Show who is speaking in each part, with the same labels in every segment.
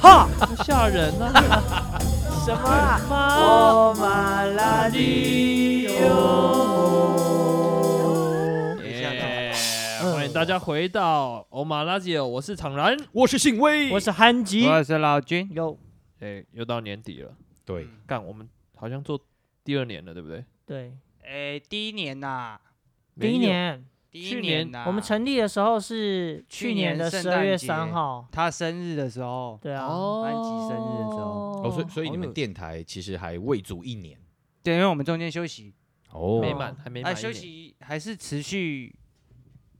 Speaker 1: 哈，
Speaker 2: 吓人啊！
Speaker 1: 什么啊？
Speaker 2: 妈，
Speaker 1: 哦马拉迪欧，
Speaker 2: 耶
Speaker 3: 嗯
Speaker 2: 欢迎大家回到欧马拉姐，我是常然。
Speaker 1: 我是信威，
Speaker 3: 我是憨吉，
Speaker 4: 我是老君，
Speaker 3: 有
Speaker 2: 哎，又到年底了，
Speaker 1: 对，
Speaker 3: 嗯
Speaker 2: 干，我们好像做第二年了，对不对？
Speaker 3: 对
Speaker 4: 诶，哎第一年呐，
Speaker 3: 第一年
Speaker 4: 第
Speaker 2: 去
Speaker 4: 一
Speaker 1: 啊
Speaker 2: 年
Speaker 4: 呐，
Speaker 3: 我们成立的时候是去
Speaker 4: 去
Speaker 3: 年
Speaker 4: 年
Speaker 3: 的十
Speaker 4: 圣
Speaker 3: 二
Speaker 4: 诞
Speaker 3: 月
Speaker 4: 节
Speaker 3: 三号，
Speaker 4: 他生日的时候，
Speaker 3: 对
Speaker 2: 没有
Speaker 3: 啊，
Speaker 2: 哦，
Speaker 4: 安吉生日的时候
Speaker 1: 哦，所以所以
Speaker 3: 好
Speaker 1: 你们
Speaker 3: 有
Speaker 1: 电台其实还未足一年
Speaker 4: 对，因为我们中间休息，
Speaker 1: 哦
Speaker 2: 没满，还没
Speaker 4: 哎，
Speaker 2: 满一
Speaker 4: 休
Speaker 2: 年。
Speaker 4: 息还是持续，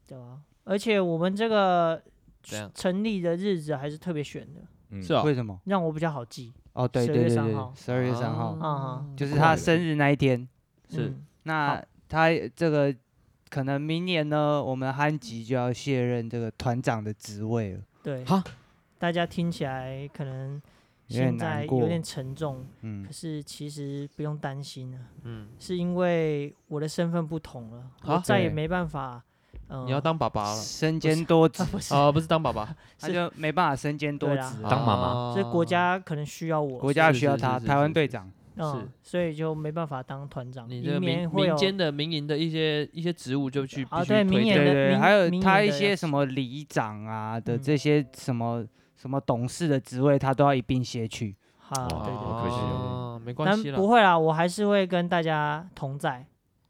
Speaker 3: 对啊，而且我们这个
Speaker 2: 怎样
Speaker 3: 成立的日子还是特别选的，
Speaker 1: 嗯
Speaker 2: 是啊，
Speaker 4: 为什么？
Speaker 3: 让我比较好记
Speaker 4: 哦，对
Speaker 3: 12
Speaker 4: 对
Speaker 3: 月
Speaker 4: 对
Speaker 3: 三
Speaker 4: 对
Speaker 3: 号，
Speaker 4: 十二月三号，
Speaker 3: 啊
Speaker 2: 就
Speaker 4: 就是
Speaker 1: 快
Speaker 4: 他
Speaker 1: 了
Speaker 4: 生日那一天。
Speaker 2: 是
Speaker 3: 嗯
Speaker 4: 那他这个可能明年呢，我们憨吉就要卸任这个团长的职位了。
Speaker 3: 对
Speaker 1: 哈，
Speaker 3: 大家听起来可能
Speaker 4: 有点
Speaker 3: 现在
Speaker 4: 难过
Speaker 3: 有点沉重，
Speaker 4: 嗯
Speaker 3: 可，是其实不用担心啊，
Speaker 2: 嗯，
Speaker 3: 是因为我的身份不同了，
Speaker 2: 啊
Speaker 3: 我再也
Speaker 4: 对
Speaker 3: 没办法，嗯，
Speaker 2: 你要当爸爸了
Speaker 4: 身兼多职
Speaker 3: 啊，不是
Speaker 2: 啊？不是当爸爸，
Speaker 4: 他
Speaker 3: 是
Speaker 4: 就没办法身兼多
Speaker 3: 对啦
Speaker 4: 职啊，
Speaker 1: 当妈妈
Speaker 2: 啊
Speaker 3: 所以哦国家可能需要我，
Speaker 4: 国家
Speaker 2: 是
Speaker 4: 需要
Speaker 2: 是
Speaker 4: 他，
Speaker 2: 是
Speaker 4: 台湾
Speaker 2: 是
Speaker 4: 队
Speaker 2: 是
Speaker 4: 长。
Speaker 3: 嗯，所以就没办法当团长，
Speaker 2: 你
Speaker 3: 以
Speaker 2: 的
Speaker 3: 免
Speaker 2: 民
Speaker 3: 会
Speaker 2: 民
Speaker 3: 有
Speaker 2: 间的民营的一些一些职务就去
Speaker 3: 啊
Speaker 2: 必须
Speaker 3: 对
Speaker 2: 推
Speaker 3: 民
Speaker 2: 荐
Speaker 3: 演
Speaker 4: 对
Speaker 3: 的
Speaker 4: 对，
Speaker 3: 民
Speaker 4: 还有
Speaker 3: 民
Speaker 4: 他
Speaker 3: 演
Speaker 4: 一
Speaker 3: 的
Speaker 4: 些
Speaker 3: 要
Speaker 4: 什么里长啊的
Speaker 3: 嗯
Speaker 4: 这些什么什么董事的职位，他都要一并卸去。
Speaker 3: 好，
Speaker 1: 哇
Speaker 3: 对对
Speaker 1: 好
Speaker 3: 对
Speaker 1: 可惜
Speaker 2: 哦，没关
Speaker 3: 但
Speaker 2: 系啦
Speaker 3: 不，会啦，我还是会跟大家同在，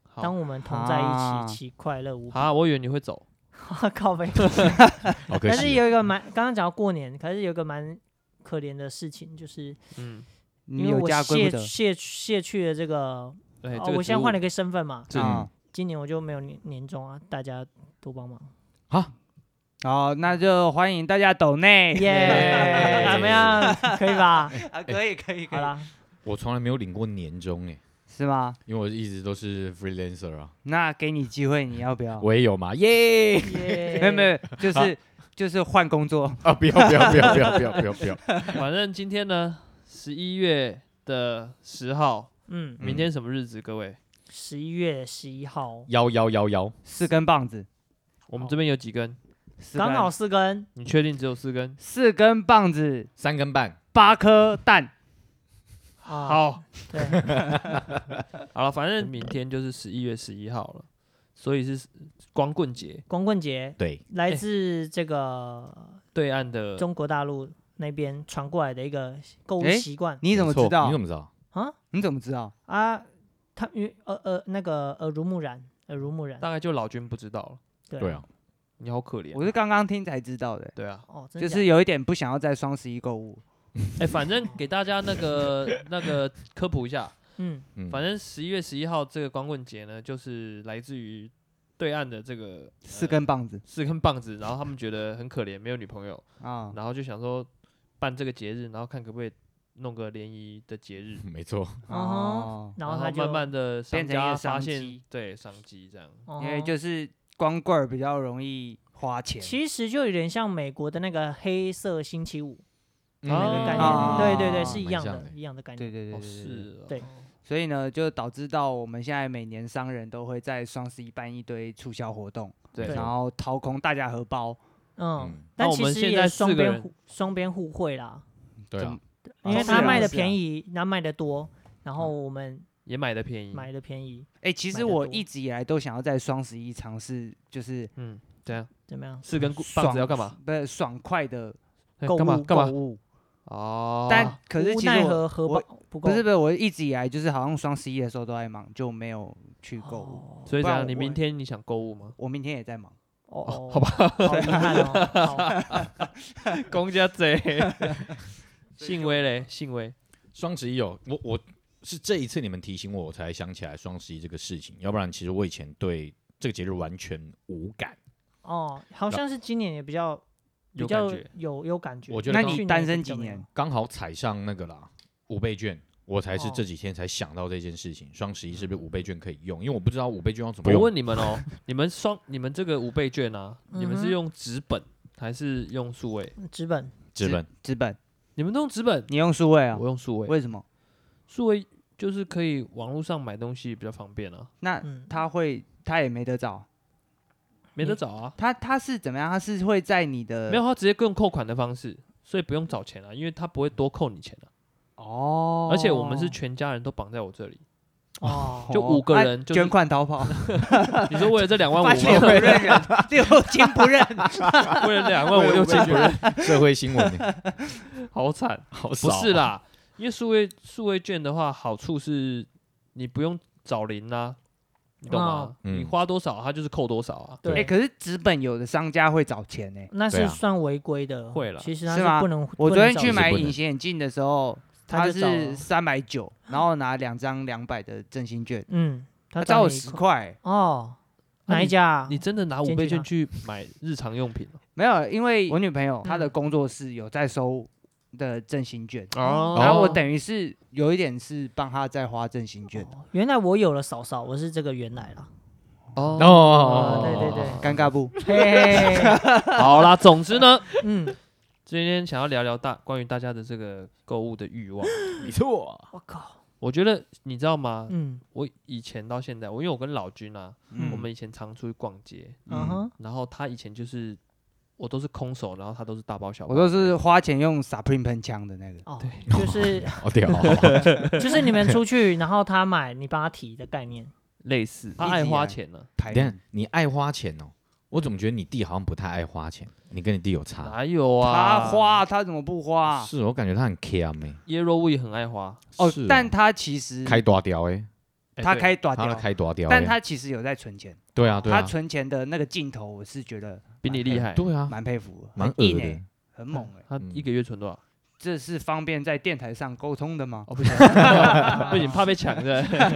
Speaker 2: 好
Speaker 3: 当我们同在一
Speaker 4: 啊
Speaker 3: 起，其快乐无比。
Speaker 2: 啊，我以为你会走，
Speaker 3: 靠背，
Speaker 1: 好可
Speaker 3: 但是
Speaker 1: 惜哦，
Speaker 3: 有一个蛮，刚刚讲到过年，可是有一个蛮可怜的事情，就是
Speaker 2: 嗯，
Speaker 4: 你
Speaker 3: 因为
Speaker 4: 有
Speaker 3: 我
Speaker 4: 家归
Speaker 3: 卸
Speaker 4: 不得哎
Speaker 3: 卸卸去了这个，
Speaker 2: 对，
Speaker 3: 哦
Speaker 2: 这，个
Speaker 3: 我现
Speaker 2: 职
Speaker 3: 在
Speaker 2: 务
Speaker 3: 换了一个身份嘛，
Speaker 1: 这
Speaker 4: 啊。
Speaker 3: 今年我就没有年年终啊，大家多 帮忙，
Speaker 4: 好，那就欢迎大家抖内。哎
Speaker 3: 耶，怎么样？可以吧？
Speaker 4: 啊，可以可以
Speaker 3: 好，啦，
Speaker 1: 我从来没有领过年终哎，
Speaker 4: 是吗？
Speaker 1: 因为我一直都是 freelancer 啊，
Speaker 4: 那给你机会，你要不要？
Speaker 1: 我也有嘛，耶！
Speaker 4: 哎
Speaker 3: 耶，
Speaker 4: 没有没有，就是就是换工作。
Speaker 1: 啊，不要不要不要不要不要不要不要，
Speaker 2: 反正今天呢，十一月的十号，
Speaker 3: 嗯，
Speaker 2: 明天什么日子？各位，
Speaker 3: 十一月十一号，
Speaker 1: 幺幺幺幺，
Speaker 4: 四根棒子，
Speaker 2: 我们这边有几根？
Speaker 4: 四
Speaker 3: 刚
Speaker 4: 根
Speaker 3: 好四根，
Speaker 2: 你确定只有四根？
Speaker 4: 四根棒子，
Speaker 1: 三根半，
Speaker 4: 八颗蛋。
Speaker 3: 啊，
Speaker 2: 好，
Speaker 3: 对，
Speaker 2: 好了，反正明天就是十一月十一号了，所以是光棍节，
Speaker 3: 光棍节
Speaker 1: 对，
Speaker 3: 来
Speaker 2: 哎
Speaker 3: 自这个
Speaker 2: 对岸的
Speaker 3: 中国大陆那边传过来的一个购物
Speaker 4: 哎
Speaker 3: 习惯
Speaker 4: 你怎么
Speaker 1: 没错
Speaker 4: 知道
Speaker 1: 你怎？么知道？
Speaker 3: 啊
Speaker 4: 你怎么知道？
Speaker 3: 啊，他因为呃呃那个耳濡目染，耳濡目染，
Speaker 2: 大概就老君不知道了，
Speaker 3: 对
Speaker 1: 对啊，
Speaker 2: 你好可怜啊
Speaker 4: 我。是刚刚听才知道的，
Speaker 2: 对啊，
Speaker 3: 哦，真
Speaker 4: 就
Speaker 3: 的
Speaker 4: 是
Speaker 3: 假
Speaker 4: 有一点不想要在双十一购物。
Speaker 2: 哎，反正给大家那个 那个科普一下，
Speaker 3: 的嗯
Speaker 1: 嗯
Speaker 2: 反正十一月十一号这个光棍节呢，就是来自于对岸的这个
Speaker 4: 四
Speaker 2: 呃
Speaker 4: 根棒子
Speaker 2: 四根棒子，然后他们觉得很可怜，没有女朋友，
Speaker 4: 啊，
Speaker 2: 然后就想说办这个节日，然后看可不可以弄个联谊的节日，
Speaker 4: 嗯
Speaker 1: 没错，
Speaker 4: 哦，
Speaker 3: 然后他
Speaker 2: 后
Speaker 3: 就
Speaker 2: 慢慢的商
Speaker 4: 变成一
Speaker 2: 家
Speaker 4: 个
Speaker 2: 发
Speaker 4: 商
Speaker 2: 现
Speaker 4: 机
Speaker 2: 对商机这样，
Speaker 3: 哦
Speaker 4: 因为就是光棍儿比较容易花钱，
Speaker 3: 其实就有点像美国的那个黑色星期五
Speaker 1: 嗯
Speaker 3: 那个概念，
Speaker 4: 啊
Speaker 3: 对对对，是一
Speaker 1: 蛮
Speaker 3: 样
Speaker 1: 像
Speaker 3: 的，
Speaker 1: 的
Speaker 3: 一样的概
Speaker 4: 对对
Speaker 3: 念，
Speaker 4: 对
Speaker 2: 哦
Speaker 4: 对对对
Speaker 2: 是哦
Speaker 3: 对
Speaker 4: 所以呢，就导致到我们现在每年商人都会在双十一办一堆促销活动，
Speaker 2: 对
Speaker 3: 对
Speaker 4: 然后掏空大家荷包，
Speaker 3: 嗯，
Speaker 1: 嗯，
Speaker 3: 但
Speaker 2: 那我
Speaker 3: 其
Speaker 2: 们
Speaker 3: 实
Speaker 2: 现
Speaker 3: 也
Speaker 2: 在
Speaker 3: 双
Speaker 2: 四个
Speaker 3: 边
Speaker 2: 人
Speaker 3: 互双边互惠啦，
Speaker 1: 对
Speaker 4: 怎
Speaker 1: 啊
Speaker 4: 么，
Speaker 3: 因为
Speaker 4: 啊
Speaker 3: 他
Speaker 4: 是啊
Speaker 3: 卖的
Speaker 4: 是啊
Speaker 3: 便宜，他卖的多，然后我们
Speaker 2: 也买的便宜，
Speaker 3: 买的便宜，
Speaker 4: 哎，其实
Speaker 3: 买得
Speaker 4: 我
Speaker 3: 多
Speaker 4: 一直以来都想要在双十一尝试，就是
Speaker 2: 嗯，怎样？
Speaker 3: 怎么样？
Speaker 2: 四根棍
Speaker 4: 嗯
Speaker 2: 棒
Speaker 4: 爽
Speaker 2: 子要干嘛？？
Speaker 4: 不是爽快的
Speaker 2: 哎
Speaker 4: 购
Speaker 2: 干嘛
Speaker 4: 物
Speaker 2: 干
Speaker 4: 购
Speaker 2: 嘛？
Speaker 4: 物，
Speaker 2: 哦，
Speaker 4: 但可是
Speaker 3: 无
Speaker 4: 其实
Speaker 3: 奈
Speaker 4: 我
Speaker 3: 何荷
Speaker 4: 我
Speaker 3: 包不够，
Speaker 4: 不是不是，我一直以来就是好像双十一的时候都在忙，就没有去购物。
Speaker 3: 哦
Speaker 2: 所以
Speaker 4: 不
Speaker 2: 怎
Speaker 4: 然
Speaker 2: 样？
Speaker 4: 我
Speaker 2: 你明
Speaker 4: 我
Speaker 2: 天你想购 物吗？
Speaker 4: 我明天也在忙，
Speaker 3: 哦，
Speaker 2: 好
Speaker 3: 吧，好遗憾哦。 好
Speaker 2: 公家 贼，信威嘞，信威，
Speaker 1: 双十一有我我是这一次你们提醒我，我才想起来双十一这个事情，要不然其实我以前对这个节日完全无感。
Speaker 3: 哦，好像是今年也比较比
Speaker 2: 有
Speaker 3: 较
Speaker 2: 感觉
Speaker 3: 有有感觉。
Speaker 1: 我觉得
Speaker 4: 那
Speaker 3: 去
Speaker 1: 刚
Speaker 4: 你
Speaker 3: 年
Speaker 4: 单
Speaker 3: 也
Speaker 4: 身
Speaker 3: 比
Speaker 4: 几
Speaker 3: 较没有
Speaker 4: 年？
Speaker 1: 刚好踩上那个啦，五倍券，我才是
Speaker 3: 哦
Speaker 1: 这几天才想到这件事情。双十一
Speaker 4: 嗯
Speaker 1: 是不是五倍券可以用？因为我不知道五倍券要怎么
Speaker 2: 我
Speaker 1: 用。
Speaker 2: 问你们哦，你们双你们这个五倍券啊，你们
Speaker 3: 嗯哼
Speaker 2: 是用纸本还是用数位？
Speaker 3: 嗯纸本
Speaker 1: 资本
Speaker 4: 资本，
Speaker 2: 你们都用纸本，
Speaker 4: 你用数位啊？
Speaker 2: 我用数位，
Speaker 4: 为什么？
Speaker 2: 数位就是可以网络上买东西比较方便啊，
Speaker 4: 那
Speaker 3: 嗯
Speaker 4: 他会，他也没得找，
Speaker 2: 没得
Speaker 3: 你
Speaker 2: 找啊，
Speaker 4: 他他是怎么样？他是会在你的
Speaker 1: 呃
Speaker 2: 没有，他直接用扣款的方式，所以不用找钱啊，因为他不会多扣你钱啊。
Speaker 4: 哦，
Speaker 2: 而且我们是全家人都绑在我这里，
Speaker 3: 哦，
Speaker 2: 就五个人就是
Speaker 4: 啊捐款逃跑，
Speaker 2: 你说为了这两万五
Speaker 4: 发现不
Speaker 2: 吗，
Speaker 4: 认人，六亲不认，哎
Speaker 2: 为了两万五六千不认，
Speaker 1: 社会新闻，
Speaker 2: 好惨。
Speaker 1: 好
Speaker 2: 不
Speaker 1: 少
Speaker 4: 啊
Speaker 1: 啊
Speaker 2: 是啦，因为数位数位券的话，好处是你不用找零啦、你懂吗？
Speaker 1: 嗯
Speaker 2: 你花多少，它就是扣多少啊。
Speaker 4: 哎、
Speaker 3: 对，
Speaker 4: 可是纸本有的商家会找钱呢、
Speaker 3: 那
Speaker 1: 对
Speaker 3: 是
Speaker 1: 啊
Speaker 3: 算违规的，
Speaker 2: 会啦
Speaker 3: 其实它
Speaker 4: 是吗
Speaker 3: 不能。
Speaker 4: 我
Speaker 3: 不
Speaker 4: 昨
Speaker 3: 能
Speaker 4: 天
Speaker 3: 找
Speaker 4: 去
Speaker 3: 钱
Speaker 4: 买
Speaker 1: 不能
Speaker 4: 隐形眼镜的时候，
Speaker 3: 他
Speaker 4: 他
Speaker 3: 就找
Speaker 4: 是三百九，然后拿两张两百的振兴券，
Speaker 3: 嗯，他
Speaker 4: 他找我
Speaker 3: 你一
Speaker 4: 十
Speaker 3: 块
Speaker 4: 块，
Speaker 3: 哦，
Speaker 2: 那
Speaker 3: 哪一家啊？
Speaker 2: 你真的拿
Speaker 3: 先
Speaker 2: 五倍
Speaker 3: 去
Speaker 2: 券
Speaker 3: 拿
Speaker 2: 去买日常用品
Speaker 4: 没有，因为我女朋友她的
Speaker 3: 嗯
Speaker 4: 工作室有在收的振兴券，
Speaker 2: 哦
Speaker 4: 然后我等于是有一点是帮她在花振兴券，
Speaker 3: 哦原来我有了嫂嫂，我是这个原来啦。
Speaker 2: 哦
Speaker 1: 哦
Speaker 3: 对对对
Speaker 4: 尴尬不？
Speaker 3: 嘿，
Speaker 2: 对，好啦，总之呢，
Speaker 3: 嗯，
Speaker 2: 今天想要聊聊大关于大家的这个购物的欲望。
Speaker 1: 没错，
Speaker 3: 我靠，
Speaker 2: 我觉得你知道吗？
Speaker 3: 嗯
Speaker 2: 我以前到现在，我因为我跟老君啊，
Speaker 4: 嗯
Speaker 2: 我们以前常出去逛街，
Speaker 3: 嗯哼，
Speaker 2: 然后他以前就是我都是空手，然后他都是大包小包
Speaker 4: 我
Speaker 2: 的那
Speaker 4: 都
Speaker 2: 种，
Speaker 4: 是花钱用 Supreme 喷枪的那个，
Speaker 3: 哦
Speaker 2: 对，
Speaker 3: 就是
Speaker 1: 好屌，
Speaker 3: 就是你们出去，然后他买，你帮他提的概念。
Speaker 2: 类似，他
Speaker 4: 一啊
Speaker 2: 爱
Speaker 4: 直以
Speaker 2: 花
Speaker 4: 来
Speaker 2: 钱啊呢、
Speaker 4: 排
Speaker 1: 等一下你爱花钱哦，我怎么觉得你弟好像不太爱花钱？你跟你弟有差？
Speaker 2: 哪有啊？
Speaker 4: 他花他怎么不花？
Speaker 1: 是我感觉他很 care 没？
Speaker 2: 耶若物也很爱花，
Speaker 4: 哦
Speaker 1: 是，
Speaker 4: 但他其实
Speaker 1: 开大雕哎，
Speaker 4: 他开短
Speaker 1: 他
Speaker 4: 条，
Speaker 1: 开大雕欸，
Speaker 4: 但他其实有在存钱，
Speaker 1: 对啊对
Speaker 4: 他
Speaker 1: 啊，
Speaker 4: 存钱的那个镜头，我是觉得
Speaker 2: 比你厉害。
Speaker 1: 对啊，
Speaker 4: 蛮佩服的，
Speaker 1: 蛮
Speaker 4: 很硬
Speaker 1: 恶的
Speaker 4: 欸，很哎猛哎。
Speaker 2: 他
Speaker 1: 嗯
Speaker 2: 一个月存 多少？
Speaker 4: 这是方便在电台上沟通的吗？
Speaker 2: 哦，不行，不行，怕被抢的。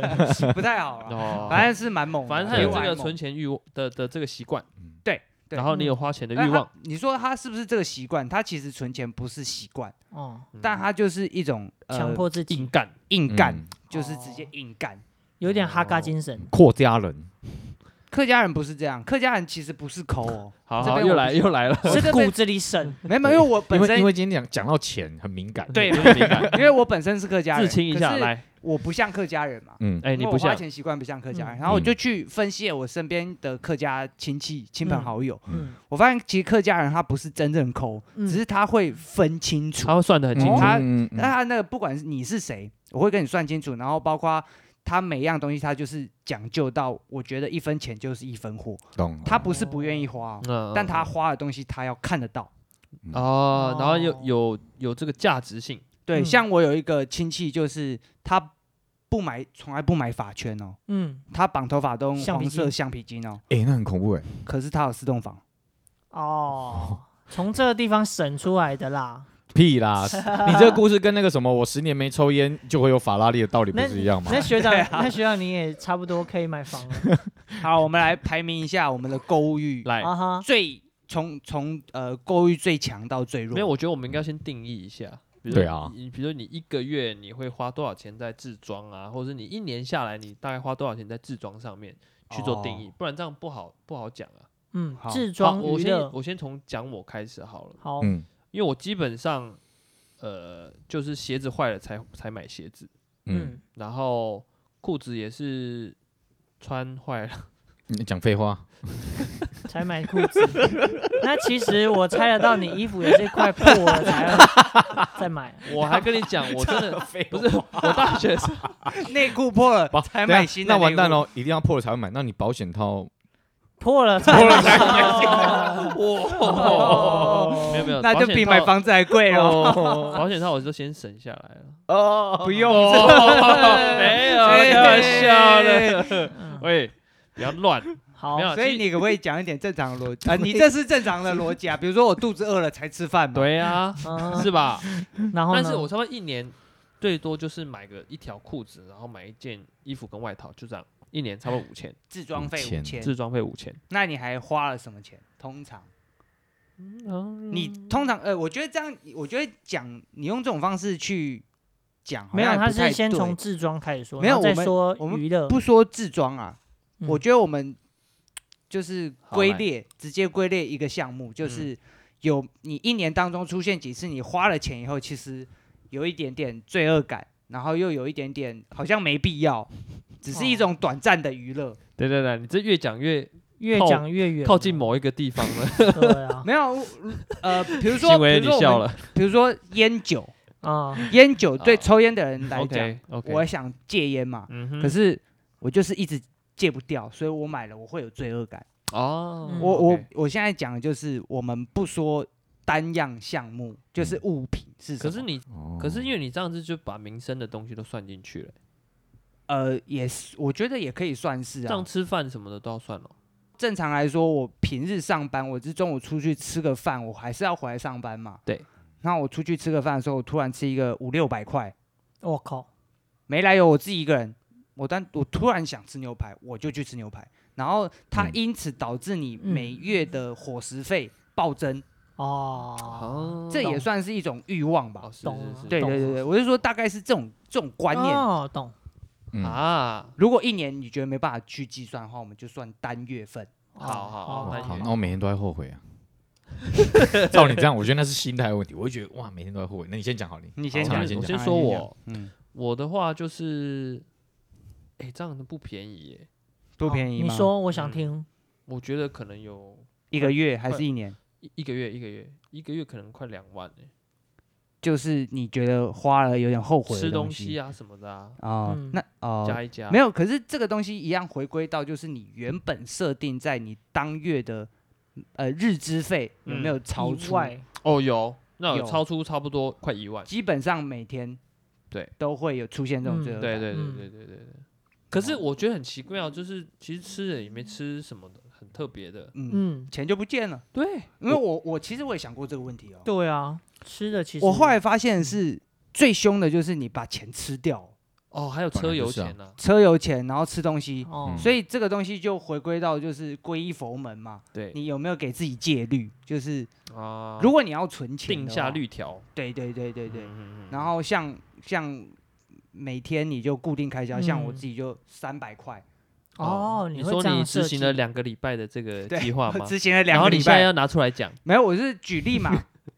Speaker 4: 不太好啊，
Speaker 2: 哦，
Speaker 4: 哎反正是蛮猛的，
Speaker 2: 反正他
Speaker 1: 对
Speaker 2: 有
Speaker 1: 我
Speaker 2: 这
Speaker 1: 还
Speaker 2: 个存钱欲望的的这个习惯，
Speaker 1: 嗯
Speaker 4: 对
Speaker 2: 然后你有花钱的欲望，。
Speaker 4: 你说哎他是不是这个习惯？他其实存钱不是习惯，
Speaker 3: 哦，
Speaker 2: 嗯
Speaker 4: 但他就是一种呃
Speaker 3: 强迫自己
Speaker 2: 硬干。
Speaker 4: 硬哦干，
Speaker 1: 嗯
Speaker 4: 就是直接硬干。
Speaker 3: 有点哈嘎 精神。
Speaker 1: 扩家人，
Speaker 4: 客家人不是这样，客家人其实不是抠 哦，
Speaker 2: 好
Speaker 4: 这
Speaker 2: 好，
Speaker 4: 边
Speaker 2: 又
Speaker 4: 我
Speaker 2: 来
Speaker 4: 不行
Speaker 2: 又来了。
Speaker 4: 我
Speaker 3: 是
Speaker 4: 这
Speaker 3: 骨
Speaker 4: 边
Speaker 3: 子里省，
Speaker 4: 没有，因为我
Speaker 1: 因
Speaker 4: 本
Speaker 1: 为
Speaker 4: 身
Speaker 1: 因为今天讲讲到钱很敏感，
Speaker 4: 对
Speaker 2: 就是敏感
Speaker 4: 因为我本身是客家人，
Speaker 2: 自清一
Speaker 4: 可
Speaker 2: 下
Speaker 4: 是
Speaker 2: 来。
Speaker 4: 我不像客家人嘛，
Speaker 1: 嗯，
Speaker 2: 哎，
Speaker 4: 因
Speaker 2: 你
Speaker 4: 为
Speaker 2: 不
Speaker 4: 我花
Speaker 2: 像
Speaker 4: 钱习惯不像客家人，
Speaker 3: 嗯
Speaker 4: 然后我
Speaker 1: 嗯
Speaker 4: 就去分析我身边的客家亲戚、亲朋
Speaker 3: 嗯
Speaker 4: 好友，
Speaker 3: 嗯，
Speaker 4: 我发现其实客家人他不是真正抠，
Speaker 3: 嗯
Speaker 4: 只是他会分清楚。
Speaker 2: 他会算的很清
Speaker 4: 哦
Speaker 2: 楚。
Speaker 4: 他
Speaker 1: 嗯嗯嗯
Speaker 4: 那他那个不管是你是谁，我会跟你算清楚，然后包括他每样东西，他就是讲究到，我觉得一分钱就是一分货，
Speaker 1: 懂，
Speaker 4: 他不是不愿意花哦、
Speaker 2: 嗯，
Speaker 4: 但他
Speaker 2: 嗯
Speaker 4: 花的东西他要看得到。
Speaker 2: 嗯哦，然后有
Speaker 3: 哦
Speaker 2: 有有这个价值性，
Speaker 4: 对，
Speaker 3: 嗯
Speaker 4: 像我有一个亲戚，就是他不买，从来不买发圈哦，
Speaker 3: 嗯，
Speaker 4: 他绑头发都用
Speaker 3: 橡皮
Speaker 4: 黄色
Speaker 3: 筋
Speaker 4: 橡皮筋哦，
Speaker 1: 哎，那很恐怖哎，
Speaker 4: 可是他有四栋房，
Speaker 3: 哦，从这个地方省出来的啦。
Speaker 1: 屁啦！你这个故事跟那个什么，我十年没抽烟就会有法拉利的道理不
Speaker 3: 那
Speaker 1: 是一样吗
Speaker 3: 那？学长，那学长你也差不多可以买房了
Speaker 4: 好，我们来排名一下我们的购物欲，
Speaker 2: 来，
Speaker 3: 啊哈。
Speaker 4: 最从从呃购物欲最强到最弱。
Speaker 2: 没有，我觉得我们应该先定义一下。比如
Speaker 1: 对
Speaker 2: 说
Speaker 1: 啊
Speaker 2: 你比如说你一个月你会花多少钱在自装啊，或者是你一年下来你大概花多少钱在自装上面去做定义，不然这样不好不好讲啊。
Speaker 3: 嗯
Speaker 4: 好，
Speaker 3: 自
Speaker 2: 好，
Speaker 3: 装
Speaker 2: 我
Speaker 3: 娱
Speaker 2: 先
Speaker 3: 乐，
Speaker 2: 我先从讲我开始好了，
Speaker 3: 好，
Speaker 1: 嗯
Speaker 2: 因为我基本上呃就是鞋子坏了才才买鞋子，
Speaker 1: 嗯，
Speaker 3: 嗯，
Speaker 2: 然后裤子也是穿坏了，
Speaker 1: 你讲废话，嗯
Speaker 3: 才买裤子。 那其实我猜得到，你衣服也是快破了才要再买。
Speaker 2: 我还跟你讲，我真的不是我大学 生，
Speaker 4: 内裤破了
Speaker 1: 哇
Speaker 4: 才
Speaker 1: 等一
Speaker 4: 买
Speaker 1: 下
Speaker 4: 哎新的，
Speaker 1: 啊那完蛋。喽，一定要破了才会买。那你保险套
Speaker 3: 破了才买。
Speaker 2: 哦没有没 有，
Speaker 4: 那就
Speaker 2: 保险
Speaker 4: 比买
Speaker 2: 套
Speaker 4: 房子还贵哦。
Speaker 1: 哦
Speaker 2: 保险套我就先省下来了。
Speaker 1: 哦，
Speaker 4: 不用，
Speaker 2: 哦 没有，开玩笑的。
Speaker 3: 嗯
Speaker 2: 喂，不要 乱，
Speaker 3: 好
Speaker 2: 没，有。
Speaker 4: 所以
Speaker 2: 其实
Speaker 4: 你可不可以讲一点正常的逻辑？啊，你这是正常的逻辑啊。比如说我肚子饿了才吃饭嘛。，
Speaker 2: 对啊，
Speaker 3: 嗯
Speaker 2: 是吧？
Speaker 3: 然后呢？
Speaker 2: 但是我差不多一年最多就是买个一条裤子，然后买一件衣服跟外套，就这样，一年差不多五千，
Speaker 4: 自装费五
Speaker 1: 五千
Speaker 4: 千，
Speaker 2: 自装费五千。
Speaker 4: 那你还花了什么钱？通常
Speaker 3: 嗯
Speaker 4: 你
Speaker 2: 你
Speaker 4: 通常呃，我觉得这样，我觉得讲你用这种方式去讲，好
Speaker 3: 没有，
Speaker 4: 像也
Speaker 3: 他
Speaker 4: 不太
Speaker 3: 是先
Speaker 4: 对
Speaker 3: 从自装开始说，
Speaker 4: 没有
Speaker 3: 然后再
Speaker 4: 我们
Speaker 3: 说
Speaker 4: 我们
Speaker 3: 娱乐。
Speaker 4: 不说自装啊，
Speaker 3: 嗯
Speaker 4: 我觉得我们就是
Speaker 2: 好
Speaker 4: 归
Speaker 2: 来
Speaker 4: 列，直接归列一个项目，就是有
Speaker 3: 嗯
Speaker 4: 你一年当中出现几次你花了钱以后，其实有一点点罪恶感，然后又有一点点好像没必要，只是一
Speaker 3: 哦
Speaker 4: 种短暂的娱乐。
Speaker 2: 对对对，你这越讲越
Speaker 3: 越
Speaker 2: 靠
Speaker 3: 讲越远了，
Speaker 2: 靠近某一个地方 了。
Speaker 3: 对啊
Speaker 4: 没有，呃，比如说，
Speaker 2: 行
Speaker 4: 比
Speaker 2: 为
Speaker 4: 如
Speaker 2: 你
Speaker 4: 说
Speaker 2: 笑
Speaker 4: 我们，
Speaker 2: 了
Speaker 4: 比如说烟酒，
Speaker 3: 啊，
Speaker 4: 烟酒对
Speaker 2: 啊
Speaker 4: 抽烟的人来讲，
Speaker 2: ，OK OK，
Speaker 4: 我想戒烟嘛，
Speaker 2: 哦嗯哼，
Speaker 4: 可是我就是一直戒不掉，所以我买了我会有罪恶感。
Speaker 2: 哦，
Speaker 3: 嗯
Speaker 4: 我我
Speaker 2: OK
Speaker 4: 我现在讲的就是，我们不说单样项目，就是
Speaker 1: 嗯
Speaker 4: 物品是什
Speaker 2: 可
Speaker 4: 么。
Speaker 2: 是你，
Speaker 1: 哦
Speaker 2: 可是因为你这样子就把民生的东西都算进去了，
Speaker 4: 呃，也是，我觉得也可以算是
Speaker 2: 这
Speaker 4: 啊
Speaker 2: 样。吃饭什么的都要算了。
Speaker 4: 正常来说，我平日上班，我是中午出去吃个饭，我还是要回来上班嘛。
Speaker 2: 对。
Speaker 4: 那我出去吃个饭的时候，我突然吃一个五六百块，
Speaker 3: 我靠，
Speaker 4: 没来由，我自己一个人，我但我突然想吃牛排，我就去吃牛排，然后它
Speaker 1: 嗯
Speaker 4: 因此导致你
Speaker 3: 嗯
Speaker 4: 每月的伙食费暴增，
Speaker 3: 哦，
Speaker 2: 哦，
Speaker 4: 这也
Speaker 3: 懂
Speaker 4: 算是一种欲望啊吧啊
Speaker 2: 哦？是
Speaker 3: 懂
Speaker 2: 是
Speaker 3: 了
Speaker 2: 是，
Speaker 4: 对
Speaker 3: 懂
Speaker 4: 对对对，我是说大概是这种这种观念。
Speaker 3: 哦，懂
Speaker 1: 嗯
Speaker 2: 啊，
Speaker 4: 如果一年你觉得没办法去计算的话，我们就算单月份。
Speaker 3: 哦
Speaker 2: 好好好
Speaker 1: 好，
Speaker 2: 那
Speaker 1: 那我每天都在后悔啊。 照你这样，我觉得那是心态的问题。我会觉得哇，每天都在后悔。那你先讲好你，
Speaker 4: 你
Speaker 2: 我
Speaker 4: 先
Speaker 1: 好
Speaker 4: 讲
Speaker 1: 那
Speaker 2: 先
Speaker 1: 你，先
Speaker 2: 我
Speaker 1: 讲
Speaker 2: 先说我
Speaker 4: 嗯，
Speaker 2: 我的话就是，哎，这样子不便宜耶，
Speaker 4: 多
Speaker 3: 好
Speaker 4: 便宜
Speaker 3: 哦你
Speaker 4: 吗？
Speaker 3: 说，我想
Speaker 2: 嗯
Speaker 3: 听，
Speaker 2: 我觉得可能有
Speaker 4: 一个月还是一年？
Speaker 2: 一一个月一个月一个月可能快两万耶
Speaker 4: 就是你觉得花了有点后悔的
Speaker 2: 吃东
Speaker 4: 西
Speaker 2: 西啊什么的啊，
Speaker 4: 哦
Speaker 3: 嗯
Speaker 4: 那哦，
Speaker 2: 加一加
Speaker 4: 没有，可是这个东西一样回归到就是你原本设定在你当月的呃日资费
Speaker 2: 嗯
Speaker 4: 有没有超
Speaker 3: 意
Speaker 4: 出？
Speaker 3: 外
Speaker 2: 哦有，那有
Speaker 4: 有
Speaker 2: 超出差不多快一万，
Speaker 4: 基本上每天
Speaker 2: 对
Speaker 4: 都会有出现这种
Speaker 3: 嗯
Speaker 4: 罪恶
Speaker 2: 对
Speaker 4: 感。
Speaker 2: 对对
Speaker 3: 嗯
Speaker 2: 对对对对。可是我觉得很奇妙，就是其实吃的也没吃什么的很特别的，
Speaker 4: 嗯，
Speaker 3: 嗯，
Speaker 4: 钱就不见了。
Speaker 2: 对，
Speaker 4: 因为我我其实我也想过这个问题哦。
Speaker 3: 对啊，吃的其实
Speaker 4: 我后来发现是最凶的就是你把钱吃掉，
Speaker 2: 哦，还有
Speaker 1: 本
Speaker 2: 车
Speaker 1: 来就
Speaker 2: 油
Speaker 1: 是啊
Speaker 2: 钱呢、
Speaker 4: 车油钱，然后吃东西。
Speaker 3: 哦
Speaker 1: 嗯，
Speaker 4: 所以这个东西就回归到就是皈依佛门嘛，
Speaker 2: 对
Speaker 4: 你有没有给自己戒律？就是
Speaker 2: 啊，
Speaker 4: 如果你要存钱，
Speaker 2: 定下，绿条，
Speaker 4: 对对对对对，
Speaker 2: 嗯，嗯嗯
Speaker 4: 然后像像每天你就固定开销，像我
Speaker 3: 嗯
Speaker 4: 自己就三百块，
Speaker 3: 哦，
Speaker 2: 嗯你
Speaker 3: 会
Speaker 2: 说
Speaker 3: 这样
Speaker 2: 你
Speaker 3: 设
Speaker 2: 执行了
Speaker 3: 计
Speaker 2: 两个礼拜的这个
Speaker 4: 对
Speaker 2: 计划
Speaker 4: 我
Speaker 2: 吗？
Speaker 4: 之前的
Speaker 2: 然
Speaker 4: 两
Speaker 2: 后
Speaker 4: 个
Speaker 2: 你
Speaker 4: 礼
Speaker 2: 现在要
Speaker 4: 拜
Speaker 2: 拿出来讲
Speaker 4: 没有，我是举例 嘛。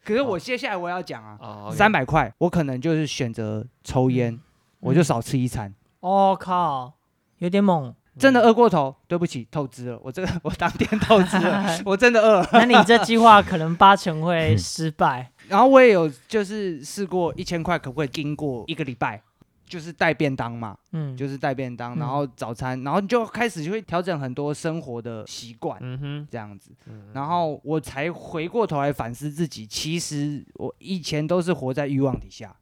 Speaker 4: 可是我接下来我要讲啊，
Speaker 2: 啊，
Speaker 4: 三百块我可能就是选择抽烟，我就
Speaker 3: 嗯
Speaker 4: 少吃一餐。
Speaker 3: 哦靠，有点猛。
Speaker 4: 真的饿过头，对不起，透支了，我这个 我当天 透支 了，我真的饿。
Speaker 3: 那你这计划可能八成会失败。
Speaker 4: 然后我也有就是试过一千块可不可以经过一个礼拜，就是带便当嘛，
Speaker 3: 嗯，
Speaker 4: 就是带便当，
Speaker 3: 嗯
Speaker 4: 然后早餐，然后你就开始就会调整很多生活的习惯，
Speaker 2: 嗯哼，
Speaker 4: 这样子。
Speaker 2: 嗯
Speaker 4: 然后我才回过头来反思自己，其实我以前都是活在欲望底下。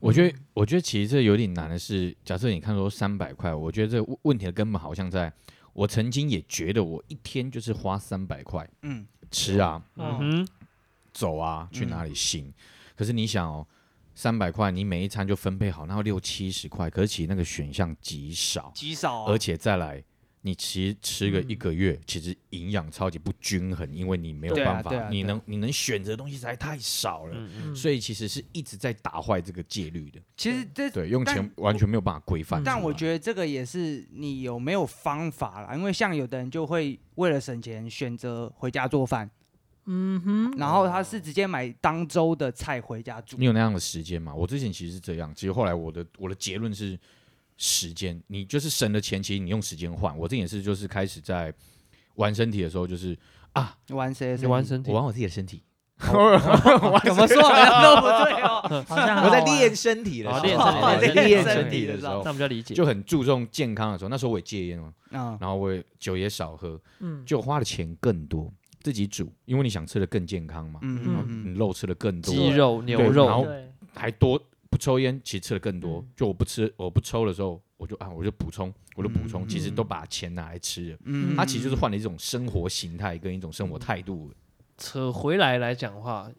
Speaker 1: 我觉
Speaker 4: 嗯
Speaker 1: 得，我觉得其实这有点难的是，假设你看说三百块，我觉得这个问题的根本好像在，我曾经也觉得我一天就是花三百块
Speaker 4: 嗯，
Speaker 1: 吃啊、
Speaker 2: 嗯哼，
Speaker 1: 走啊、去
Speaker 4: 嗯
Speaker 1: 哪里行。可是你想哦，三百块你每一餐就分配好，然后六七十块，可是其实那个选项极少，
Speaker 4: 极少、啊
Speaker 1: 而且再来。你其实吃个
Speaker 2: 嗯
Speaker 1: 一个月，其实营养超级不均衡，因为你没有
Speaker 4: 对啊
Speaker 1: 办法，
Speaker 4: 对啊
Speaker 1: 你
Speaker 4: 对啊
Speaker 1: 能你能选择的东西实在太少了，
Speaker 2: 嗯嗯，
Speaker 1: 所以其实是一直在打坏这个戒律的。
Speaker 4: 其实这，
Speaker 1: 对，用
Speaker 4: 但
Speaker 1: 钱完全没有办法规范出来。
Speaker 4: 但我觉得这个也是你有没有方法啦，因为像有的人就会为了省钱选择回家做饭，
Speaker 3: 嗯哼，
Speaker 4: 然后他是直接买当周的菜回家煮
Speaker 1: 你。有那样的时间吗？我之前其实是这样，其实后来我的我的结论是时间，你就是省了钱，其实你用时间换。我这也是就是开始在玩身体的时候，就是
Speaker 4: 玩谁？
Speaker 2: 你玩身体
Speaker 1: 我，玩我自己的身体，
Speaker 4: 怎么说好像都不对 哦。
Speaker 3: 好像很
Speaker 1: 我在
Speaker 3: 好玩
Speaker 1: 练身体的时候，
Speaker 2: 哦练身体
Speaker 1: 练
Speaker 2: 练
Speaker 1: 身
Speaker 2: 身
Speaker 1: 体
Speaker 2: 体
Speaker 4: 的
Speaker 1: 的时
Speaker 4: 时
Speaker 1: 候
Speaker 4: 候
Speaker 2: 那。比较理解，
Speaker 1: 就很注重健康的时候，那时候我也戒烟了，
Speaker 4: 嗯，
Speaker 1: 然后我也酒也少喝，
Speaker 3: 嗯，
Speaker 1: 就花的钱更多，自己煮，因为你想吃的更健康嘛，
Speaker 4: 嗯
Speaker 1: 然后
Speaker 4: 嗯
Speaker 1: 你肉吃的更多，
Speaker 2: 鸡肉、牛
Speaker 1: 对
Speaker 2: 肉
Speaker 1: 然，后
Speaker 3: 对，
Speaker 1: 还多不抽烟，其实吃的更多。
Speaker 3: 嗯
Speaker 1: 就我不吃，我不抽的时候，我就啊，我就补充，我就补充，
Speaker 4: 嗯
Speaker 1: 其实都把钱拿来吃了。
Speaker 4: 嗯
Speaker 1: 它其实就是换了一种生活形态跟一种生活态度。
Speaker 2: 扯回来来讲的话，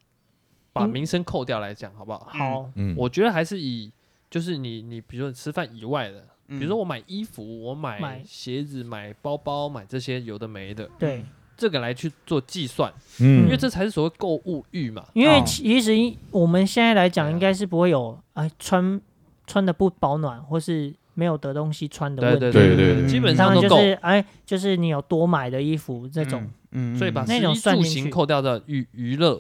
Speaker 2: 把
Speaker 3: 嗯
Speaker 2: 民生扣掉来讲好不好？
Speaker 3: 好，
Speaker 1: 嗯，
Speaker 2: 我觉得还是以就是你你比如说你吃饭以外的，
Speaker 4: 比
Speaker 2: 比如说我买衣服、我
Speaker 3: 买
Speaker 2: 买鞋子、买包包、买这些有的没的，
Speaker 3: 对，
Speaker 2: 这个来去做计算，因
Speaker 1: 嗯
Speaker 2: 为这才是所谓购物欲嘛。
Speaker 3: 因为
Speaker 1: 哦
Speaker 3: 其实我们现在来讲，
Speaker 2: 对啊
Speaker 3: 应该是不会有哎穿穿的不保暖，或是没有得东西穿的问
Speaker 2: 对
Speaker 3: 题。
Speaker 2: 对
Speaker 1: 对对对
Speaker 2: 基本
Speaker 3: 当
Speaker 2: 上
Speaker 3: 然
Speaker 2: 都
Speaker 3: 就
Speaker 2: 够，
Speaker 3: 是哎，就是你有多买的衣服这种，，
Speaker 4: 嗯
Speaker 2: 所以把食
Speaker 3: 那种
Speaker 2: 衣
Speaker 3: 算
Speaker 2: 住
Speaker 3: 进
Speaker 2: 行
Speaker 3: 去
Speaker 2: 扣掉的娱娱乐，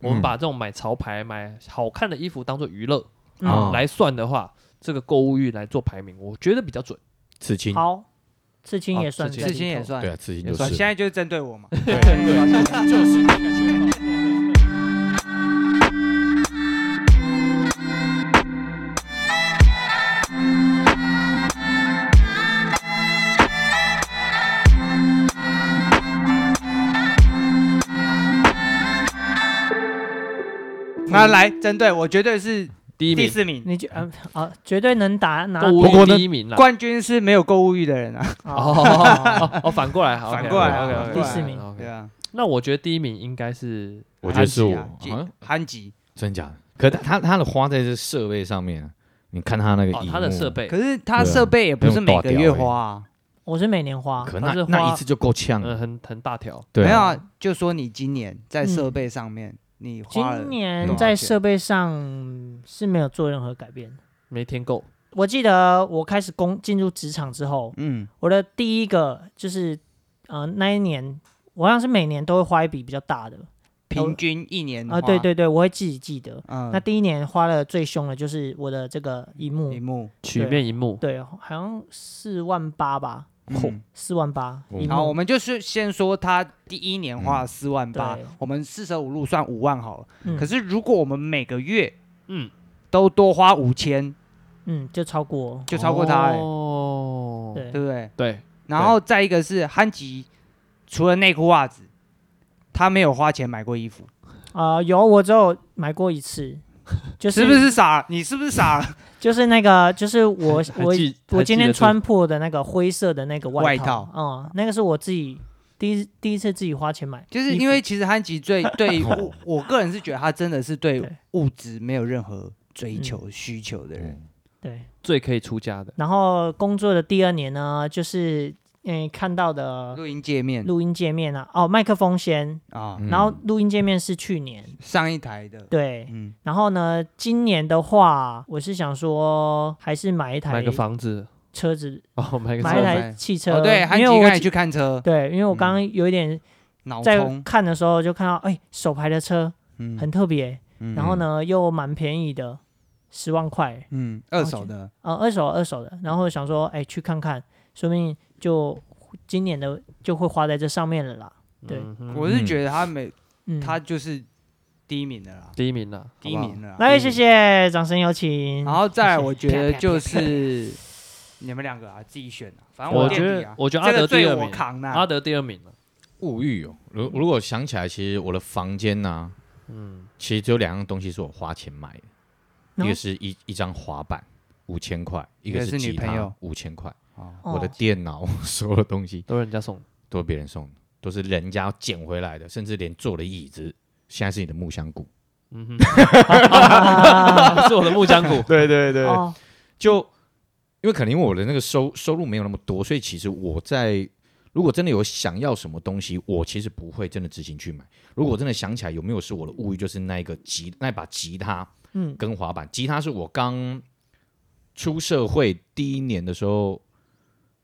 Speaker 2: 我
Speaker 1: 嗯
Speaker 2: 们把这种买潮牌、买好看的衣服当做娱乐
Speaker 1: 哦
Speaker 3: 嗯，
Speaker 2: 来算的话，这个购物欲来做排名，我觉得比较准。
Speaker 1: 刺青，
Speaker 3: 好，刺青
Speaker 1: 哦
Speaker 3: 也算
Speaker 1: 刺
Speaker 3: 在
Speaker 1: 青
Speaker 4: 事
Speaker 3: 里
Speaker 4: 情也
Speaker 3: 头
Speaker 4: 算，
Speaker 1: 对啊，刺青
Speaker 4: 也
Speaker 1: 就
Speaker 4: 算。
Speaker 1: 是
Speaker 4: 现在就是针对我嘛，
Speaker 1: 对，就是那个情况。
Speaker 4: 那来针对我绝对是
Speaker 2: 第一
Speaker 4: 第
Speaker 2: 名，
Speaker 4: 四名，
Speaker 3: 你就嗯啊，绝对能打拿
Speaker 2: 购物
Speaker 1: 不过
Speaker 2: 欲
Speaker 1: 呢
Speaker 2: 第一名啦。
Speaker 4: 冠军是没有购物欲的人啊，
Speaker 2: 哦
Speaker 3: 哦，
Speaker 2: 哦哦，反过来，
Speaker 4: 反过来
Speaker 2: ，OK
Speaker 4: 啊
Speaker 2: OK，
Speaker 4: 第四
Speaker 3: 名
Speaker 4: 对啊，
Speaker 2: 那我觉得第一名应该是
Speaker 1: 我觉得是我，
Speaker 4: 憨吉
Speaker 1: 啊
Speaker 4: 啊憨吉，
Speaker 1: 真假的？可他他他的花在这设备上面啊，你看他那个
Speaker 2: 哦，
Speaker 1: 荧
Speaker 2: 他的
Speaker 1: 幕
Speaker 2: 设，备
Speaker 4: 可是他
Speaker 1: 对啊
Speaker 4: 设备也不是每个月
Speaker 1: 那种大欸屌
Speaker 4: 花啊，
Speaker 3: 我啊是每年花，
Speaker 1: 可
Speaker 2: 他
Speaker 1: 那
Speaker 2: 是
Speaker 1: 那
Speaker 2: 花
Speaker 1: 一次就够呛
Speaker 2: 嗯
Speaker 1: 了。
Speaker 2: 很很大条，
Speaker 1: 对
Speaker 4: 没有
Speaker 1: 啊，
Speaker 4: 啊，就说你今年在设备上面你花了
Speaker 3: 今
Speaker 1: 多
Speaker 3: 年
Speaker 1: 少
Speaker 3: 在
Speaker 4: 钱
Speaker 3: 设备上是没有做任何改变。
Speaker 2: 没添购，
Speaker 3: 我记得我开始工进入职场之后，
Speaker 4: 嗯，
Speaker 3: 我的第一个就是，呃，那一年我好像是每年都会花一笔比较大的
Speaker 4: 平均一年
Speaker 3: 啊，对，对对，我会自己记得。
Speaker 4: 嗯，
Speaker 3: 那第一年花的最凶的就是我的这个荧幕
Speaker 4: 一，幕，
Speaker 2: 曲面荧幕，
Speaker 3: 对，好像四万八吧，
Speaker 4: 嗯
Speaker 3: 四万八
Speaker 1: 嗯
Speaker 3: 荧
Speaker 4: 好，我
Speaker 3: 幕，嗯
Speaker 4: 们就是先说他第一年花了四万八
Speaker 3: 对，
Speaker 4: 我们四舍五入算五万好了。
Speaker 3: 嗯
Speaker 4: 可是如果我们每个月
Speaker 2: 嗯，
Speaker 4: 都多花五千，
Speaker 3: 嗯，就超过，
Speaker 4: 就超过他了、
Speaker 2: 哦，
Speaker 3: 对
Speaker 4: 对不对？
Speaker 2: 对，
Speaker 4: 然后再一个是憨吉，除了内裤袜子，他没有花钱买过衣服，
Speaker 3: 啊，有我只有买过一次，就是
Speaker 4: 不是傻？你是不是傻？
Speaker 3: 就是那个，就是我
Speaker 2: 还
Speaker 3: 我
Speaker 2: 记
Speaker 3: 我
Speaker 2: 还
Speaker 3: 今
Speaker 2: 记
Speaker 3: 天
Speaker 2: 得住
Speaker 3: 穿破的那个灰色的那个
Speaker 4: 外
Speaker 3: 套
Speaker 4: 套，
Speaker 3: 嗯，那个是我自己第一第一次自己花钱买，
Speaker 4: 就是
Speaker 3: 衣服
Speaker 4: 因为其实憨吉最 对我，我个人是觉得他真的是对
Speaker 3: 对嗯
Speaker 4: 物质没有任何追求、需求的人。
Speaker 1: 嗯
Speaker 3: 对，
Speaker 2: 最可以出家的，
Speaker 3: 然后工作的第二年呢，就是嗯看到的
Speaker 4: 录音界面
Speaker 3: 录音界面啊，哦，麦克风先，
Speaker 4: 啊，
Speaker 1: 嗯
Speaker 3: 然后录音界面是去年，
Speaker 4: 上一台的，
Speaker 3: 对，
Speaker 4: 嗯，
Speaker 3: 然后呢，今年的话，我是想说还是买一
Speaker 2: 买
Speaker 3: 台
Speaker 2: 个房子，
Speaker 3: 车子，
Speaker 2: 哦，买个
Speaker 3: 买一
Speaker 2: 车
Speaker 4: 来
Speaker 2: 子，
Speaker 3: 台汽车，
Speaker 4: 哦，对，憨吉
Speaker 3: 因为
Speaker 4: 刚才
Speaker 3: 我
Speaker 4: 去看车，
Speaker 3: 对，因为我刚刚有一点
Speaker 4: 脑
Speaker 3: 在
Speaker 4: 充，
Speaker 3: 看的时候就看到，哎，手牌的车
Speaker 4: 嗯
Speaker 3: 很特别。
Speaker 4: 嗯
Speaker 3: 然后呢又蛮便宜的，十万块，
Speaker 4: 嗯，二手的，
Speaker 3: 呃，二手二手的。然后想说，哎，去看看，说不定就今年的就会花在这上面了啦。对
Speaker 2: 嗯哼
Speaker 4: 我是觉得他每
Speaker 3: 嗯，
Speaker 4: 他就是第一名的啦，
Speaker 2: 第一名了，
Speaker 4: 第一名的啦。
Speaker 3: 来，谢谢，掌声有请。
Speaker 4: 然后再来，
Speaker 3: 谢谢
Speaker 4: 我觉得就是你们两个啊，自己选啊，反正
Speaker 2: 我
Speaker 4: 垫
Speaker 2: 觉
Speaker 4: 底啊
Speaker 2: 得，，我觉得阿
Speaker 4: 这
Speaker 2: 德
Speaker 4: 个
Speaker 2: 第
Speaker 4: 罪
Speaker 2: 二
Speaker 4: 我
Speaker 2: 名，
Speaker 4: 扛啊
Speaker 2: 阿
Speaker 4: 呐。
Speaker 2: 德第二名了，
Speaker 1: 物欲哦，如如果想起来，其实我的房间呢，
Speaker 2: 嗯，
Speaker 1: 其实只有两样东西是我花钱买的，
Speaker 3: 喏
Speaker 1: 一个是一一张滑板五千块，一
Speaker 4: 一个
Speaker 1: 个
Speaker 4: 是女
Speaker 1: 吉
Speaker 4: 朋
Speaker 1: 他
Speaker 4: 友
Speaker 1: 五千块，
Speaker 4: 哦
Speaker 3: 哦
Speaker 1: 我的电脑 所有的东西
Speaker 2: 都是人家送的，
Speaker 1: 都是别人送的，都是人家捡回来的，甚至连坐的椅子现在是你的木香菇。
Speaker 2: 嗯哼， 是我的木嗯浆 骨，
Speaker 1: 对对对
Speaker 3: 哦，
Speaker 1: 就因为可能因为我的那个收收入没有那么多，所以其实我在如果真的有想要什么东西，我其实不会真的执行去买。如果我真的想起来有没有是我的物欲，就是那一个吉那把吉他
Speaker 3: 嗯，
Speaker 1: 跟滑板。吉他是我刚出社会第一年的时候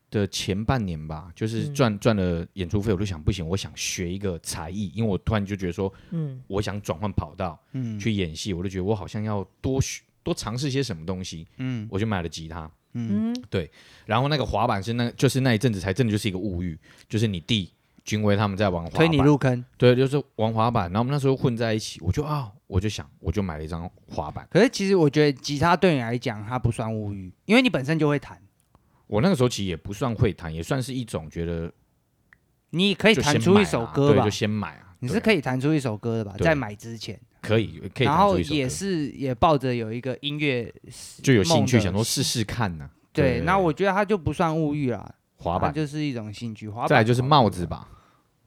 Speaker 1: 的前半年吧，就是
Speaker 3: 嗯
Speaker 1: 赚、赚了演出费，我就想不行，我想学一个才艺，因为我突然就觉得说
Speaker 3: 嗯，
Speaker 1: 我想转换跑道，
Speaker 4: 嗯
Speaker 1: 去演戏，我就觉得我好像要多学多尝试些什么东西，
Speaker 4: 嗯
Speaker 1: 我就买了吉他。
Speaker 3: 嗯，
Speaker 1: 然后那个滑板是那，就是那一阵子才真的就是一个物欲，就是你弟、君威他们在玩滑板，
Speaker 4: 推你入坑。
Speaker 1: 对，就是玩滑板。然后我们那时候混在一起，我就啊，我就想，我就买了一张滑板。
Speaker 4: 可是其实我觉得吉他对你来讲，它不算物欲，因为你本身就会弹，
Speaker 1: 我那个时候其实也不算会弹，也算是一种觉得
Speaker 4: 你可以
Speaker 1: 就先
Speaker 4: 弹出
Speaker 1: 买
Speaker 4: 一
Speaker 1: 啊
Speaker 4: 首歌
Speaker 1: 对，
Speaker 4: 吧
Speaker 1: 就？先买啊。
Speaker 4: 你是
Speaker 1: 对
Speaker 4: 可以弹出一首歌的吧？
Speaker 1: 对
Speaker 4: 在买之前，
Speaker 1: 可以可以
Speaker 4: 然
Speaker 1: 弹
Speaker 4: 后
Speaker 1: 出一首歌，
Speaker 4: 也是也抱着有一个音乐
Speaker 1: 就有兴趣
Speaker 4: 梦的
Speaker 1: 想说试试看呢、
Speaker 4: 对，那我觉得它就不算物欲啦，
Speaker 1: 滑
Speaker 4: 它
Speaker 1: 板，
Speaker 4: 就是一种兴趣。滑板
Speaker 1: 再来就是
Speaker 4: 好
Speaker 1: 帽子吧，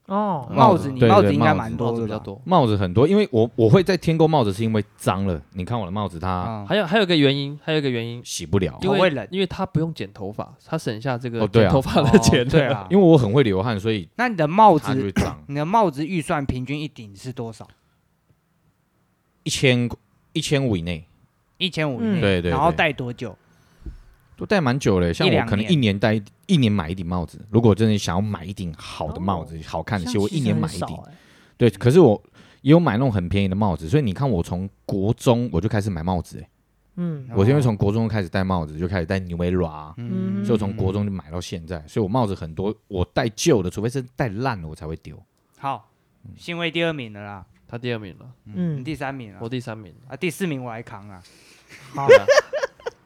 Speaker 3: 哦，
Speaker 4: 帽子，你
Speaker 1: 对
Speaker 4: 帽
Speaker 1: 对
Speaker 4: 子应该
Speaker 1: 帽
Speaker 4: 蛮
Speaker 1: 子
Speaker 2: 帽
Speaker 4: 多
Speaker 2: 子
Speaker 4: 的
Speaker 2: 比较
Speaker 4: 吧？
Speaker 2: 多，
Speaker 1: 帽子很多，因为我我会在添购帽子是因为脏了，你看我的帽子它
Speaker 4: 啊，
Speaker 2: 还有还有一个原因，还有一个原因，
Speaker 1: 洗不了，啊
Speaker 2: 因
Speaker 4: 头会
Speaker 2: 为
Speaker 4: 冷
Speaker 2: 因为他不用剪头发，他省下这个
Speaker 1: 哦对啊
Speaker 2: 剪头发的钱，
Speaker 4: 对啊，
Speaker 1: 因为我很会流汗，所以
Speaker 4: 那你的帽
Speaker 1: 它就
Speaker 4: 子，
Speaker 1: 会脏。
Speaker 4: 你的帽子预算平均一顶是多少？
Speaker 1: 一千一千五以内，
Speaker 4: 一千五以
Speaker 3: 嗯
Speaker 4: 内，
Speaker 1: 对对
Speaker 4: 然后
Speaker 1: 对
Speaker 4: 戴多久？
Speaker 1: 都戴蛮久了，像
Speaker 4: 一
Speaker 1: 我
Speaker 4: 两
Speaker 1: 可能
Speaker 4: 年
Speaker 1: 一年戴一一年买一顶帽子。如果真的想要买一顶好的帽子、好看
Speaker 3: 哦
Speaker 1: 的，
Speaker 3: 像
Speaker 1: 其实我
Speaker 3: 其
Speaker 1: 一
Speaker 3: 实
Speaker 1: 年
Speaker 3: 很
Speaker 1: 买一
Speaker 3: 少
Speaker 1: 顶。
Speaker 3: 欸
Speaker 1: 对，可是我也有买那种很便宜的帽子，所以你看我从国中我就开始买帽子、欸，
Speaker 3: 嗯
Speaker 1: 我是因为从国中开始戴帽子，就开始戴牛尾拉，
Speaker 3: 嗯
Speaker 1: 所以我从国中就买到现在，所以我帽子很多，我戴旧的，除非是戴烂了我才会丢。
Speaker 4: 好，
Speaker 2: 嗯
Speaker 4: 欣慰第二名了啦，
Speaker 2: 他第二名了，
Speaker 4: 你
Speaker 3: 嗯，
Speaker 4: 第三名了
Speaker 2: 我第三名了。
Speaker 4: 啊，第四名我还扛啊，
Speaker 3: 好，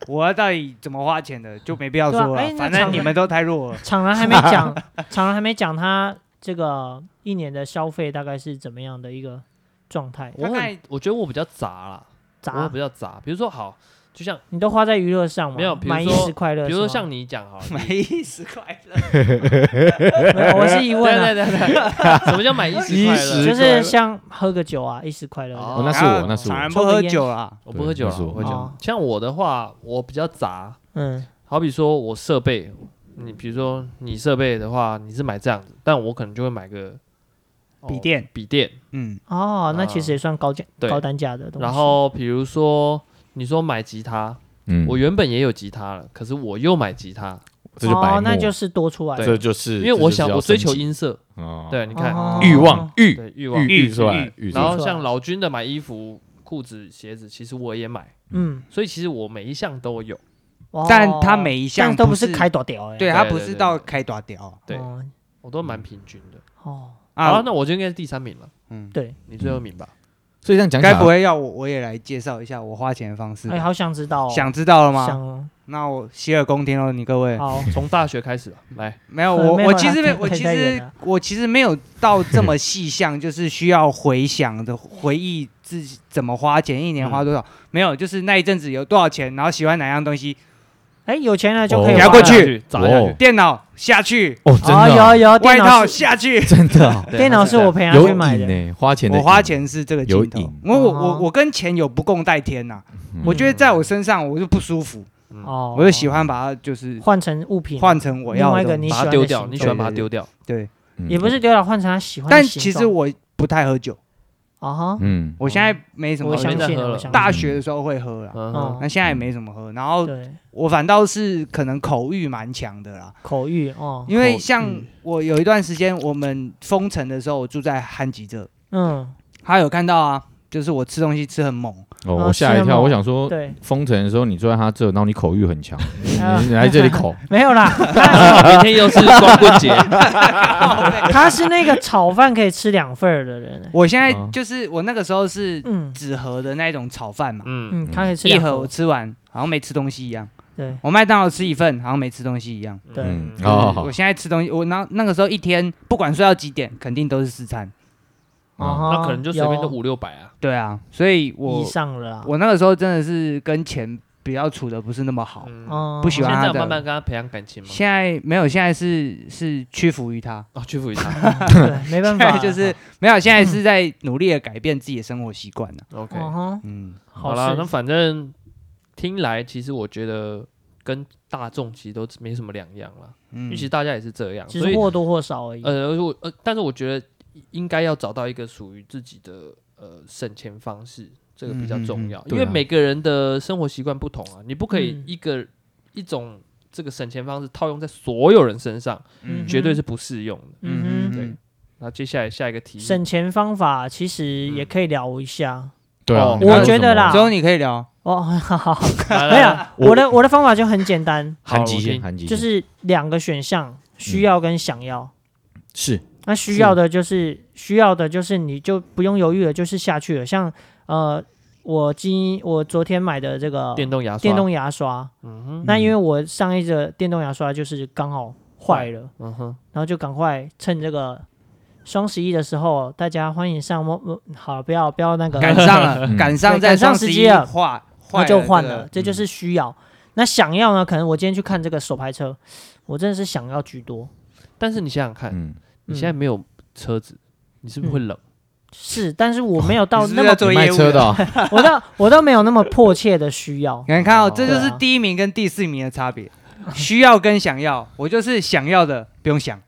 Speaker 4: 我到底怎么花钱的就没必要
Speaker 3: 对啊
Speaker 4: 说
Speaker 3: 哎
Speaker 4: 了，
Speaker 3: 那
Speaker 4: 反正
Speaker 3: 常
Speaker 4: 你
Speaker 3: 人
Speaker 4: 们都太弱 了。
Speaker 3: 厂商还没 讲，厂商还没讲他这个一年的消费大概是怎么样的一个状态，
Speaker 2: 我
Speaker 4: 大概
Speaker 2: 很我觉得我比较杂啦，我
Speaker 3: 砸
Speaker 2: 比较杂。比如说好，就像
Speaker 3: 你都花在娱乐上嘛，
Speaker 2: 没有比如
Speaker 3: 买衣
Speaker 2: 说
Speaker 3: 食快乐
Speaker 2: 比
Speaker 3: 是吗，
Speaker 2: 如说像你 讲好了，
Speaker 4: 没意思，快乐。
Speaker 3: 没有我 是疑
Speaker 2: 对
Speaker 3: 问啊，
Speaker 2: 对对对，什 么叫买衣 食快
Speaker 1: 衣
Speaker 2: 乐？
Speaker 1: 食
Speaker 3: 就是像喝个酒啊，一时快乐这哦
Speaker 2: 哦
Speaker 3: 样，
Speaker 1: 哦，那是
Speaker 4: 然
Speaker 1: 我，
Speaker 4: 后
Speaker 1: 那是
Speaker 4: 常
Speaker 1: 我
Speaker 4: 人不喝酒啊啦，
Speaker 2: 我不喝酒了，
Speaker 1: 对那是我
Speaker 2: 啊我不喝酒
Speaker 3: 哦。
Speaker 2: 像我的话，我比较杂，
Speaker 3: 嗯
Speaker 2: 好比说我设备，你比如说你设备的话，你是买这样子，但我可能就会买个哦
Speaker 4: 笔电
Speaker 2: 笔电。
Speaker 4: 嗯，
Speaker 3: 哦，那其实也算高价
Speaker 2: 啊对
Speaker 3: 高单价的东西，
Speaker 2: 然后比如说你说买吉他，
Speaker 1: 嗯，
Speaker 2: 我原本也有吉他了，可是我又买吉他，
Speaker 1: 这就白目
Speaker 3: 哦，那就是多出来，
Speaker 1: 这就是，
Speaker 2: 因为我想我追求音色。
Speaker 1: 哦，
Speaker 2: 对，你看
Speaker 3: 哦
Speaker 1: 欲望欲
Speaker 2: 对欲望。
Speaker 1: 欲欲出来
Speaker 4: 欲，
Speaker 1: 欲出
Speaker 2: 然
Speaker 1: 来
Speaker 2: 后像老君的买衣服、裤子、鞋子，其实我也买，
Speaker 3: 嗯，
Speaker 2: 所以其实我每一项都有。
Speaker 3: 哦
Speaker 4: 但他每一
Speaker 3: 但
Speaker 4: 项
Speaker 3: 都不
Speaker 4: 是
Speaker 3: 是开，多屌哎，
Speaker 4: 对
Speaker 2: 对
Speaker 4: 他
Speaker 2: 对
Speaker 4: 不
Speaker 2: 对
Speaker 4: 是
Speaker 2: 对
Speaker 4: 到
Speaker 2: 对
Speaker 4: 开大屌
Speaker 2: 对
Speaker 3: 哦
Speaker 2: 我都蛮平均的。
Speaker 3: 哦，
Speaker 2: 好，
Speaker 4: 啊。
Speaker 2: 那我就应该是第三名了，
Speaker 4: 嗯，
Speaker 3: 对，
Speaker 2: 你最后一名吧。
Speaker 1: 所以这样讲起
Speaker 4: 该
Speaker 1: 来，
Speaker 4: 不会要我我也来介绍一下我花钱的方式吧？
Speaker 3: 哎，好想知道哦，
Speaker 4: 想知道了吗？
Speaker 3: 想哦
Speaker 4: 那我洗耳恭听喽，哦你各位。
Speaker 3: 好，
Speaker 2: 从大学开始吧，来，
Speaker 4: 没有，
Speaker 3: 呃
Speaker 4: 我
Speaker 3: 没有
Speaker 4: 我其
Speaker 3: 啦
Speaker 4: 实没，
Speaker 3: 太
Speaker 4: 我
Speaker 3: 太
Speaker 4: 其
Speaker 3: 太远
Speaker 4: 实
Speaker 3: 了
Speaker 4: 我其实没有到这
Speaker 1: 嗯
Speaker 4: 么细项，就是需要回想的 回忆自己怎么花钱，一年花多少。
Speaker 1: 嗯
Speaker 4: 没有，就是那一阵子有多少钱，然后喜欢哪样东西，
Speaker 3: 哎，有钱了就可以
Speaker 1: 哦
Speaker 3: 玩
Speaker 1: 拿
Speaker 3: 了
Speaker 1: 过
Speaker 2: 砸下去，砸下去
Speaker 1: 哦。
Speaker 4: 电脑下去，
Speaker 1: 哦，真的
Speaker 3: 哦，有
Speaker 1: 哦
Speaker 3: 有
Speaker 4: 外
Speaker 3: 电
Speaker 4: 套
Speaker 3: 脑是
Speaker 4: 下去。
Speaker 1: 真的哦
Speaker 2: 对
Speaker 3: 电脑是我陪他
Speaker 1: 有
Speaker 3: 去买
Speaker 1: 瘾欸
Speaker 3: 的，
Speaker 1: 呢，花钱的
Speaker 4: 我
Speaker 1: 瘾
Speaker 4: 花，钱是这个
Speaker 1: 有
Speaker 4: 镜头
Speaker 1: 瘾，
Speaker 4: 因为我我
Speaker 3: 哦
Speaker 4: 我跟钱有不共戴天呐、
Speaker 1: 嗯
Speaker 4: 我觉得在我身上我就不舒服，
Speaker 3: 哦，
Speaker 4: 我就喜欢把它就是
Speaker 3: 换成物品，啊
Speaker 4: 换成我
Speaker 3: 另
Speaker 4: 要的
Speaker 3: 外一个
Speaker 4: 东
Speaker 3: 你
Speaker 4: 西。
Speaker 3: 喜欢
Speaker 2: 把
Speaker 3: 的
Speaker 2: 它丢掉，你
Speaker 3: 形
Speaker 2: 喜
Speaker 3: 状
Speaker 2: 欢把它丢掉，
Speaker 4: 对，
Speaker 1: 嗯
Speaker 3: 也不是丢掉，换成他喜欢的
Speaker 4: 但
Speaker 3: 形
Speaker 4: 其实
Speaker 3: 状
Speaker 4: 我不太喝酒，
Speaker 3: 啊哈，
Speaker 1: 嗯，
Speaker 4: 我现在没什么
Speaker 3: 我
Speaker 4: 喝酒
Speaker 3: 相
Speaker 2: 在
Speaker 3: 信
Speaker 2: 喝
Speaker 3: 了，
Speaker 2: 了
Speaker 3: 我相
Speaker 4: 大
Speaker 3: 信，
Speaker 4: 学的时候会喝啦，
Speaker 2: 嗯哼，
Speaker 3: 嗯
Speaker 4: 那现在也没什么喝。然后
Speaker 3: 对，
Speaker 4: 我反倒是可能口欲蛮强的啦，
Speaker 3: 口欲哦，
Speaker 4: 因
Speaker 2: 口
Speaker 4: 为
Speaker 2: 欲
Speaker 4: 像我有一段时间我们封城的时候，我住在憨吉这，
Speaker 3: 嗯，
Speaker 4: 他有看到啊，就是我吃东西吃很 猛，
Speaker 1: 哦，
Speaker 3: 啊
Speaker 1: 我吓一
Speaker 3: 是吗
Speaker 1: 跳，我想说
Speaker 3: 对，
Speaker 1: 封城的时候你坐在他这，然后你口欲很强，
Speaker 4: 嗯
Speaker 3: 啊
Speaker 1: 你你来这里口，
Speaker 3: 没有啦，
Speaker 2: 明天又是光棍 节，
Speaker 3: 他是那个炒饭可以吃两份儿的人，
Speaker 4: 我现在
Speaker 1: 啊
Speaker 4: 就是我那个时候是
Speaker 3: 嗯
Speaker 4: 纸盒的那种炒饭嘛，
Speaker 2: 嗯，
Speaker 3: 嗯，他可以吃
Speaker 4: 一
Speaker 3: 两
Speaker 4: 盒我
Speaker 3: 份，
Speaker 4: 吃完好像没吃东西一样，
Speaker 3: 对
Speaker 4: 我麦当劳吃一份好像没吃东西一样。
Speaker 3: 对，
Speaker 1: 嗯，好好
Speaker 4: 我
Speaker 1: 好，
Speaker 4: 现在吃东西，我那那个时候一天不管睡到几点，肯定都是四餐。
Speaker 1: 哦
Speaker 2: 那可能就随便
Speaker 3: 都
Speaker 2: 都五六百啊，
Speaker 4: 对啊，所以我
Speaker 3: 以上了啦，
Speaker 4: 我那个时候真的是跟钱比较处的不是那么好。
Speaker 2: 嗯，
Speaker 3: 哦，
Speaker 4: 不喜
Speaker 2: 现
Speaker 4: 欢
Speaker 2: 在
Speaker 4: 他
Speaker 2: 有
Speaker 4: 的
Speaker 2: 慢慢跟他培养感情吗？
Speaker 4: 现在没有，现在是是屈服于他，
Speaker 2: 哦，屈服于他
Speaker 3: 对，没办
Speaker 4: 现
Speaker 3: 法，
Speaker 4: 在 就是没有，现在是在努力的改变自己的生活习惯啊了。
Speaker 2: ，OK，
Speaker 3: 哦哈，
Speaker 4: 嗯，
Speaker 2: 好
Speaker 3: 好
Speaker 2: 啦，
Speaker 3: 事
Speaker 2: 那反正听来，其实我觉得跟大众其实都没什么两样啦，因为
Speaker 4: 嗯
Speaker 2: 其实大家也是这样，
Speaker 3: 只
Speaker 2: 所
Speaker 3: 是
Speaker 2: 以
Speaker 3: 或多或少而已，
Speaker 2: 呃，我呃，但是我觉得应该要找到一个属于自己的呃省钱方式，这个比较重要，
Speaker 1: 嗯嗯嗯
Speaker 2: 因
Speaker 1: 对
Speaker 2: 为
Speaker 1: 啊
Speaker 2: 每个人的生活习惯不同啊，你不可以
Speaker 3: 嗯
Speaker 2: 一个、一种这个省钱方式套用在所有人身上，
Speaker 3: 嗯
Speaker 2: 绝对是不适用的。
Speaker 3: 嗯哼。
Speaker 2: 对，那接下来下一个题目，
Speaker 3: 省钱方法其实
Speaker 2: 嗯
Speaker 3: 也可以聊一下
Speaker 1: 对啊
Speaker 2: 哦，
Speaker 1: 你还有
Speaker 3: 我觉得啦
Speaker 1: 什
Speaker 4: 之后你可以聊，
Speaker 3: 哦，好好，
Speaker 2: 来
Speaker 3: 没
Speaker 2: 来
Speaker 3: 有
Speaker 2: 来，
Speaker 3: 我的我的方法就很简单，
Speaker 1: 么含
Speaker 2: 好
Speaker 1: 极
Speaker 2: 我
Speaker 1: 限，
Speaker 2: 听
Speaker 1: 含极限
Speaker 3: 就是两个选项，需要跟想要。
Speaker 2: 嗯
Speaker 1: 是
Speaker 3: 那需要的就是需要的就是你就不用犹豫了，就是下去了。像呃，我今我昨天买的这个
Speaker 2: 电动牙刷，
Speaker 3: 电动牙刷，
Speaker 2: 嗯哼，
Speaker 3: 那因为我上一个电动牙刷就是刚好坏了，
Speaker 2: 嗯哼，
Speaker 3: 然后就赶快趁这个双十一的时候，大家欢迎上摸摸，好不要不要那个，
Speaker 4: 赶
Speaker 3: 那
Speaker 4: 上了，
Speaker 1: 嗯
Speaker 4: 赶上
Speaker 3: 对
Speaker 4: 在
Speaker 3: 赶上
Speaker 4: 双十
Speaker 3: 时
Speaker 4: 一
Speaker 3: 机了
Speaker 4: 画，坏
Speaker 3: 就
Speaker 4: 这
Speaker 3: 换
Speaker 4: 个
Speaker 3: 了，这就是需要。那想要呢？可能我今天去看这个手排车，我真的是想要居多。
Speaker 2: 但是你想想看，
Speaker 1: 嗯，
Speaker 2: 你现在没有车子，你是不是
Speaker 3: 嗯
Speaker 2: 会冷？
Speaker 3: 是，但是我没有到
Speaker 4: 你是不
Speaker 3: 那
Speaker 4: 是在，
Speaker 3: 么
Speaker 4: 做
Speaker 1: 你
Speaker 4: 业
Speaker 1: 卖
Speaker 4: 务
Speaker 1: 车的哦，
Speaker 3: 我倒我倒没有那么迫切的需要。
Speaker 4: 你看看哦，这就
Speaker 3: 对
Speaker 4: 是
Speaker 3: 啊
Speaker 4: 第一名跟第四名的差别，需要跟想要，我就是想要的不用想，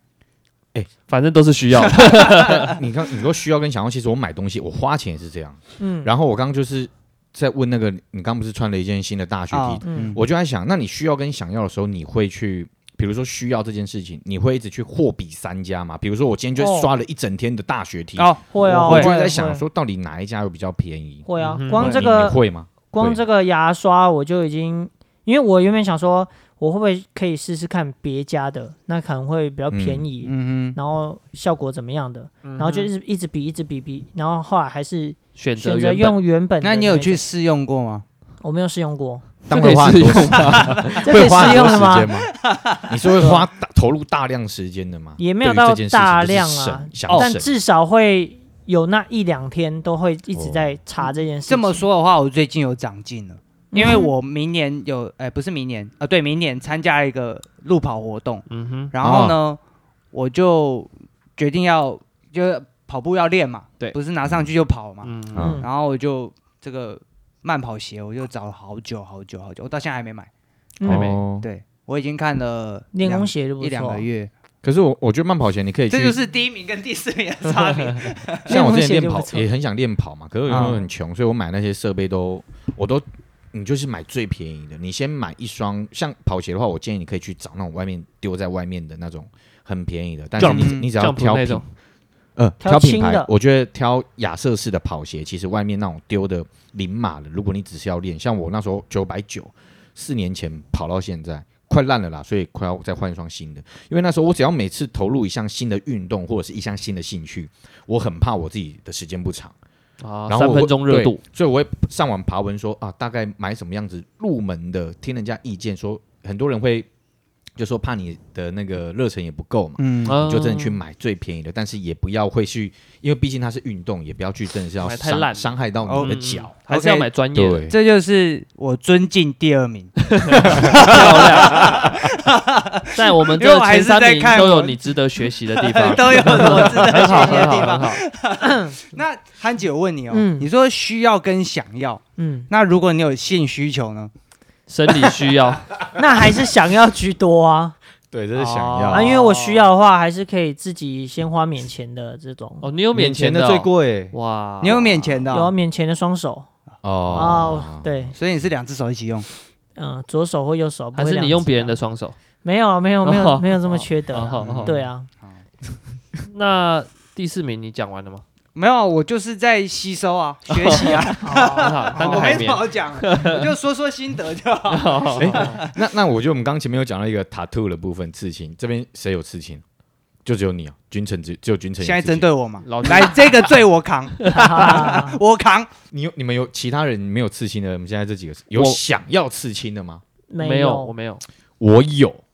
Speaker 2: 反正都是需要 的。
Speaker 1: 你刚你说需要跟想要，其实我买东西我花钱也是这样。
Speaker 3: 嗯，
Speaker 1: 然后我刚刚就是在问那个，你刚不是穿了一件新的大学 T，
Speaker 4: 啊，
Speaker 3: 嗯
Speaker 1: 我就在想，那你需要跟想要的时候，你会去，比如说需要这件事情，你会一直去货比三家嘛？比如说我今天就
Speaker 3: 哦
Speaker 1: 刷了一整天的大学 T，
Speaker 4: 哦，
Speaker 3: 会哦，
Speaker 1: 我
Speaker 3: 会
Speaker 1: 就在
Speaker 3: 会
Speaker 1: 想说到底哪一家会比较便宜？
Speaker 3: 会啊
Speaker 2: 嗯，
Speaker 3: 光
Speaker 1: 你
Speaker 3: 这
Speaker 1: 你
Speaker 3: 个
Speaker 1: 会吗？
Speaker 3: 光这个牙刷我就已经，因为我原本想说我会不会可以试试看别家的，那可能会比较便宜，
Speaker 4: 嗯哼，
Speaker 3: 然后效果怎么样的，
Speaker 2: 然
Speaker 3: 然后就一直一直比一直比比，然后后来还是
Speaker 2: 选择
Speaker 3: 选择
Speaker 2: 原本
Speaker 3: 用原本的
Speaker 4: 那你有
Speaker 3: 种
Speaker 4: 去试用过吗？
Speaker 3: 我没有试用过，
Speaker 1: 但会花很多时间，
Speaker 3: 这可
Speaker 1: 会
Speaker 3: 以
Speaker 1: 花
Speaker 3: 试
Speaker 1: 很
Speaker 3: 用
Speaker 1: 多
Speaker 3: 的
Speaker 1: 时
Speaker 3: 吗
Speaker 1: 间？吗？你是会花大投入大量时间的吗？
Speaker 3: 也没有
Speaker 1: 对于
Speaker 3: 到
Speaker 1: 这件事情
Speaker 3: 大
Speaker 1: 就是
Speaker 3: 量啊
Speaker 1: 省，想
Speaker 3: 但
Speaker 1: 省
Speaker 3: 至少会有那一两天都会一直在查这件事情。
Speaker 4: 这么说的话，我最近有长进了，因为我明年有，哎，不是明年啊，对，明年参加一个路跑活动，
Speaker 2: 嗯哼，
Speaker 4: 然后呢，我就决定要就是跑步要练嘛，
Speaker 2: 对
Speaker 4: 不是拿上去就跑嘛，
Speaker 2: 嗯，
Speaker 1: 啊
Speaker 3: 嗯，
Speaker 4: 然后我就这个慢跑鞋，我就找了好久好久好久，我到现在还没买，
Speaker 3: 嗯
Speaker 2: 还没
Speaker 1: 哦
Speaker 4: 对我已经看了
Speaker 3: 练
Speaker 4: 两
Speaker 3: 功鞋就不
Speaker 4: 一两
Speaker 3: 错
Speaker 4: 个，月，
Speaker 1: 可是我我觉得慢跑前你可以去
Speaker 4: 这，就是第一名跟第四名的差 别。
Speaker 1: 像我之前
Speaker 3: 练功鞋
Speaker 1: 练
Speaker 3: 就
Speaker 1: 跑
Speaker 3: 不错啊
Speaker 1: 也很想练跑嘛，可是我
Speaker 4: 嗯
Speaker 1: 很穷，所以我买那些设备都我都你就是买最便宜的，你先买一双像跑鞋的话，我建议你可以去找那种外面丢在外面的那种很便宜的，但是你
Speaker 4: Jump
Speaker 1: 你只要
Speaker 2: 像
Speaker 1: 挑
Speaker 2: 那
Speaker 1: 品
Speaker 2: 种，
Speaker 1: 呃，
Speaker 3: 挑
Speaker 1: 挑品
Speaker 3: 轻
Speaker 1: 牌
Speaker 3: 的，
Speaker 1: 我觉得挑亚瑟士的跑鞋，其实外面那种丢的零码的，如果你只是要练，像我那时候九百九，四年前跑到现在，快烂了啦，所以快要再换一双新的。因为那时候我只要每次投入一项新的运动或者是一项新的兴趣，我很怕我自己的时间不长，
Speaker 2: 啊，
Speaker 1: 然后
Speaker 2: 三
Speaker 1: 我
Speaker 2: 分钟热度，，
Speaker 1: 对所以我会上网爬文说啊，大概买什么样子入门的，听人家意见说，很多人会就说怕你的那个热忱也不够嘛，
Speaker 4: 嗯
Speaker 2: 嗯
Speaker 1: 你就真的去买最便宜的，但是也不要会去，因为毕竟它是运动，也不要去真的是要
Speaker 2: 买太
Speaker 1: 伤
Speaker 2: 烂了
Speaker 1: 伤害到你的脚。
Speaker 2: 嗯还是要
Speaker 4: OK，
Speaker 2: 买专业的，
Speaker 1: 对，
Speaker 4: 这就是我尊敬第二 名，
Speaker 2: 漂亮。 在我们这
Speaker 4: 因为我还
Speaker 2: 前
Speaker 4: 是
Speaker 2: 三
Speaker 4: 在
Speaker 2: 名
Speaker 4: 看
Speaker 2: 都有
Speaker 4: 我，
Speaker 2: 你值得学习的地方
Speaker 4: 都有我 值得学
Speaker 2: 很好，
Speaker 4: 习的
Speaker 2: 很好，
Speaker 4: 地
Speaker 2: 很
Speaker 4: 方。
Speaker 2: 好。
Speaker 4: 那憨姐，我问你哦，
Speaker 3: 嗯
Speaker 4: 你说需要跟想要，
Speaker 3: 嗯，
Speaker 4: 那如果你有性需求呢？
Speaker 2: 生理需要，
Speaker 3: 那还是想要居 多啊
Speaker 1: 对，这
Speaker 4: 是想要哦
Speaker 3: 啊，因为我需要的话，还是可以自己先花免钱的这种，
Speaker 2: 哦，你 有免钱
Speaker 1: 的
Speaker 2: 哦
Speaker 1: 最贵
Speaker 2: 哇，
Speaker 4: 你有免钱的
Speaker 3: 有啊
Speaker 4: 哦、
Speaker 3: 免钱的双手哦，，对，
Speaker 4: 所以你是两只手一起用。
Speaker 3: 嗯，左手或右手，不
Speaker 2: 还
Speaker 3: 会
Speaker 2: 是
Speaker 3: 两
Speaker 2: 你用
Speaker 3: 只
Speaker 2: 别人
Speaker 3: 的
Speaker 2: 的双手？
Speaker 3: 没有啊没有没
Speaker 2: 哦
Speaker 3: 有没有这么缺德
Speaker 2: 哦
Speaker 3: 啊，
Speaker 2: 好好
Speaker 3: 对啊，
Speaker 2: 那第四名你讲完了吗？
Speaker 4: 没有，啊我就是在吸收啊，学习 啊，
Speaker 2: 很好，当
Speaker 4: 我
Speaker 2: 个海
Speaker 4: 没什
Speaker 2: 绵
Speaker 4: 么。好讲，我就说说心得就好。
Speaker 2: 哦
Speaker 1: 那那我觉得我们刚刚前面有讲到一个 tattoo 的部分，刺青这边谁有刺青？就只有你啊，君臣只只有君臣有
Speaker 4: 现在
Speaker 1: 刺青
Speaker 4: 针对我嘛，
Speaker 2: 老
Speaker 4: 来这个罪我扛，
Speaker 3: 哈哈
Speaker 4: 我扛。
Speaker 1: 你有你们有其他人没有刺青的？我们现在这几个有
Speaker 2: 我
Speaker 1: 想要刺青的吗？
Speaker 2: 没有，我
Speaker 3: 有
Speaker 2: 没有。
Speaker 1: 我有，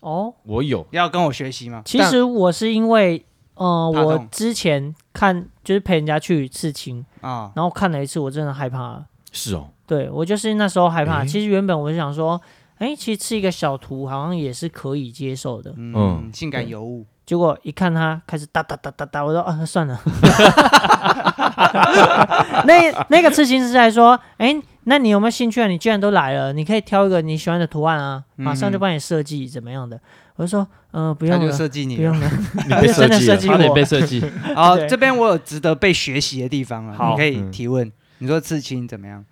Speaker 3: 哦，
Speaker 1: 我有，
Speaker 4: 要跟我学习吗？
Speaker 3: 其
Speaker 1: 但
Speaker 3: 实我是因为，呃，
Speaker 4: 怕
Speaker 3: 我
Speaker 4: 痛
Speaker 3: 之前看就是陪人家去刺青，
Speaker 4: 啊、
Speaker 3: 然后看了一次，我真的害怕了。
Speaker 1: 是哦，
Speaker 3: 对我就是那时候害怕。
Speaker 1: 诶
Speaker 3: 其实原本我是想说，哎，其实刺一个小图好像也是可以接受的。
Speaker 4: 嗯，
Speaker 1: 嗯
Speaker 4: 性感尤物，
Speaker 3: 结果一看他开始哒哒哒哒哒，我说啊，算了。 那那个刺青师还说，哎，那你有没有兴趣啊？你既然都来了，你可以挑一个你喜欢的图案啊，马上就
Speaker 4: 嗯
Speaker 3: 帮你设计怎么样的。我就说，嗯、不
Speaker 4: 他
Speaker 3: 用
Speaker 4: 就
Speaker 3: 了，
Speaker 4: 设计
Speaker 3: 不
Speaker 4: 你了。
Speaker 3: 用了，
Speaker 1: 你被
Speaker 3: 真的
Speaker 1: 计
Speaker 3: 设
Speaker 1: 了
Speaker 3: 计
Speaker 2: 差点
Speaker 3: 我
Speaker 2: 被设计，
Speaker 4: 好，
Speaker 3: 对
Speaker 4: 这边我有值得被学习的地方了，
Speaker 2: 好
Speaker 4: 你可以
Speaker 1: 嗯
Speaker 4: 提问。你说刺青怎么样？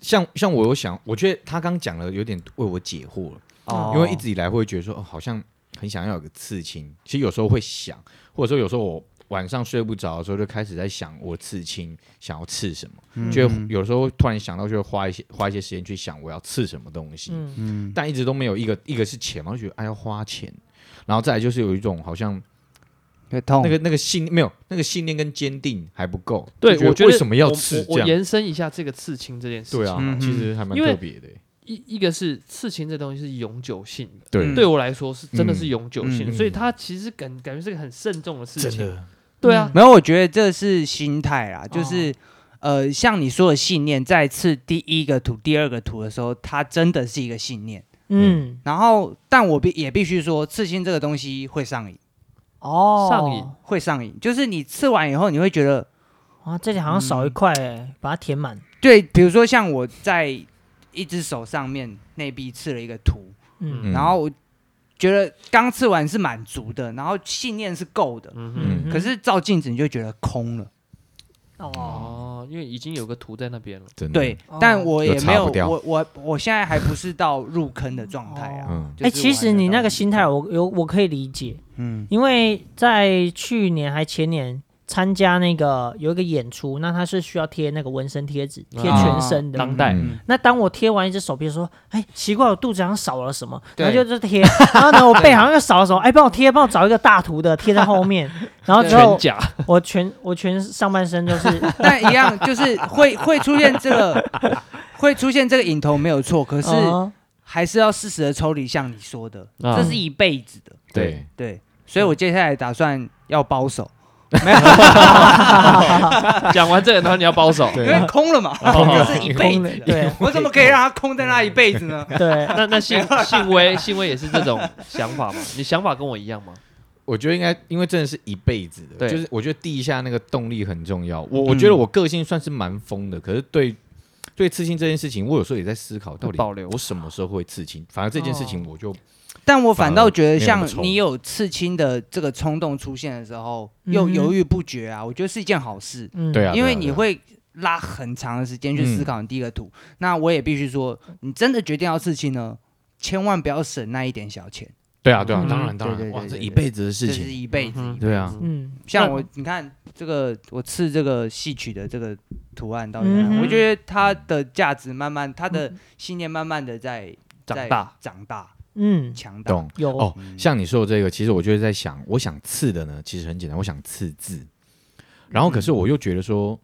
Speaker 1: 像像我有想，我觉得他刚讲了有点为我解惑了。
Speaker 3: 哦
Speaker 1: 因为一直以来会觉得说，哦，好像很想要有个刺青。其实有时候会想，或者说有时候我晚上睡不着的时候，就开始在想我刺青想要刺什么，
Speaker 4: 嗯
Speaker 1: 就会有时候突然想到，就会花一些花一些时间去想我要刺什么东西。
Speaker 3: 嗯。
Speaker 4: 嗯
Speaker 1: 但一直都没有一个，一个是钱嘛，我就觉得哎要花钱，然后再来就是有一种好像
Speaker 4: 会痛
Speaker 1: 那个那个信没有那个信念跟坚定还不够。
Speaker 2: 对
Speaker 1: 就
Speaker 2: 我
Speaker 1: 觉
Speaker 2: 觉得
Speaker 1: 得为什么要
Speaker 2: 我
Speaker 1: 刺
Speaker 2: 我
Speaker 1: 这
Speaker 2: 我
Speaker 1: 样？
Speaker 2: 延伸一下这个刺青这件事情。
Speaker 1: 对啊
Speaker 4: 嗯，哼
Speaker 1: 其实还蛮
Speaker 2: 因为
Speaker 1: 特别的欸。
Speaker 2: 一一个是刺青这东西是永久性的，
Speaker 1: 对，
Speaker 4: 嗯
Speaker 2: 对我来说是真的是永久性
Speaker 1: 嗯嗯
Speaker 2: 的，所以它其实感感觉是个很慎重的事
Speaker 1: 真
Speaker 2: 情。
Speaker 1: 的，
Speaker 2: 对啊，
Speaker 4: 没有，我觉得这是心态啦，
Speaker 1: 哦
Speaker 4: 就是、呃，像你说的信念，在刺第一个图、第二个图的时候，它真的是一个信念。
Speaker 3: 嗯，
Speaker 4: 然后，但我必也必须说，刺青这个东西会上瘾，
Speaker 3: 哦，
Speaker 2: 上瘾
Speaker 4: 会上瘾，就是你刺完以后，你会觉得，
Speaker 3: 啊，这里好像少
Speaker 4: 嗯
Speaker 3: 一块哎，把它填满。
Speaker 4: 对，比如说像我在一只手上面内壁刺了一个图，
Speaker 3: 嗯
Speaker 1: 嗯
Speaker 4: 然后我觉得刚刺完是满足的，然后信念是够的，
Speaker 2: 嗯哼，
Speaker 1: 嗯
Speaker 4: 可是照镜子你就觉得空了。
Speaker 3: 哦，
Speaker 2: 哦，因为已经有个图在那边了。
Speaker 1: 真的
Speaker 4: 对，
Speaker 3: 哦
Speaker 4: 但我也
Speaker 1: 嗯又擦
Speaker 4: 没有，
Speaker 1: 不掉
Speaker 4: 我我我现在还不是到入坑的状态啊。
Speaker 1: 嗯，
Speaker 4: 就
Speaker 3: 哎，
Speaker 4: 是
Speaker 3: 其
Speaker 4: 我还
Speaker 3: 实
Speaker 4: 没
Speaker 3: 你
Speaker 4: 有
Speaker 3: 那
Speaker 4: 到
Speaker 3: 个
Speaker 4: 入
Speaker 3: 心态，
Speaker 4: 坑，
Speaker 3: 我有我可以理解，
Speaker 4: 嗯，
Speaker 3: 因为在去年还前年参加那个有一个演出，那他是需要贴那个纹身贴纸，贴
Speaker 4: 啊
Speaker 3: 全身的。
Speaker 2: 当代
Speaker 1: 嗯
Speaker 3: 那当我贴完一只手臂，说：“哎，奇怪，我肚子好像少了什么。”
Speaker 4: 对
Speaker 3: 然后就是贴，然后呢，我背好像又少了什么，哎，帮我贴，帮我找一个大图的贴在 后面。然后之后
Speaker 2: 全甲，
Speaker 3: 我全我全上半身 都是
Speaker 4: 但一样就是会会出现这个，会出现这个影头没有错，可是
Speaker 3: 嗯
Speaker 4: 还是要适时的抽离，像你说的，
Speaker 2: 啊
Speaker 1: 嗯
Speaker 4: 这是一辈子的，
Speaker 1: 对，
Speaker 4: 对，所以
Speaker 1: 嗯
Speaker 4: 我接下来打算要保守，
Speaker 2: 讲完这个，然后你要保守。
Speaker 4: 因
Speaker 1: 对
Speaker 4: 为空了嘛，
Speaker 2: 哦
Speaker 4: 这是一辈
Speaker 3: 空
Speaker 4: 子
Speaker 3: 的，
Speaker 4: 的，
Speaker 3: 对
Speaker 4: 我怎么可以让它空在那一辈子呢？
Speaker 1: 嗯
Speaker 3: 对，
Speaker 2: 那那信信威，信威也是这种想法吗？你想法跟我一样吗？
Speaker 1: 我觉得应该，因为真的是一辈子的，
Speaker 2: 对
Speaker 1: 就是我觉得地下那个动力很重要。
Speaker 4: 嗯
Speaker 1: 我我觉得我个性算是蛮疯的，可是对对刺青这件事情，我有时候也在思考，到
Speaker 2: 会
Speaker 1: 底
Speaker 2: 保留
Speaker 1: 我什么时候会刺青？反而这件事情我就、
Speaker 4: 嗯但我反倒觉得，
Speaker 1: 反
Speaker 4: 像
Speaker 1: 而没有那么冲
Speaker 4: 你有刺青的这个冲动出现的时候，
Speaker 3: 嗯哼
Speaker 4: 又犹豫不决啊，我觉得是一件好事，
Speaker 3: 嗯，
Speaker 1: 对啊，
Speaker 4: 因为
Speaker 1: 对啊嗯
Speaker 4: 你。会拉很长的时间去思考你第一个图。那我也必须说，你真的决定要刺青呢，千万不要省那一点小钱，
Speaker 1: 对啊，对啊，
Speaker 3: 嗯
Speaker 1: 当然，
Speaker 4: 对
Speaker 1: 当然，
Speaker 4: 对
Speaker 1: 哇，
Speaker 4: 对
Speaker 1: 这
Speaker 4: 对
Speaker 1: 一辈子的
Speaker 4: 这
Speaker 1: 事
Speaker 4: 是
Speaker 1: 情，
Speaker 4: 一辈子。
Speaker 2: 嗯
Speaker 1: 对啊，
Speaker 3: 嗯，
Speaker 4: 像我，你看这个，我刺这个戏曲的这个图案到底哪
Speaker 3: 嗯哼
Speaker 4: 里，我觉得它的价值慢慢，它的信念慢慢的在
Speaker 2: 长大，
Speaker 4: 在长大、
Speaker 3: 嗯，
Speaker 4: 强大。
Speaker 1: 懂。
Speaker 3: 有
Speaker 1: 哦
Speaker 4: 嗯
Speaker 1: 像你说的这个，其实我就是在想，我想刺的呢，其实很简单，我想刺字。然后可
Speaker 4: 嗯
Speaker 1: 是我又觉得说，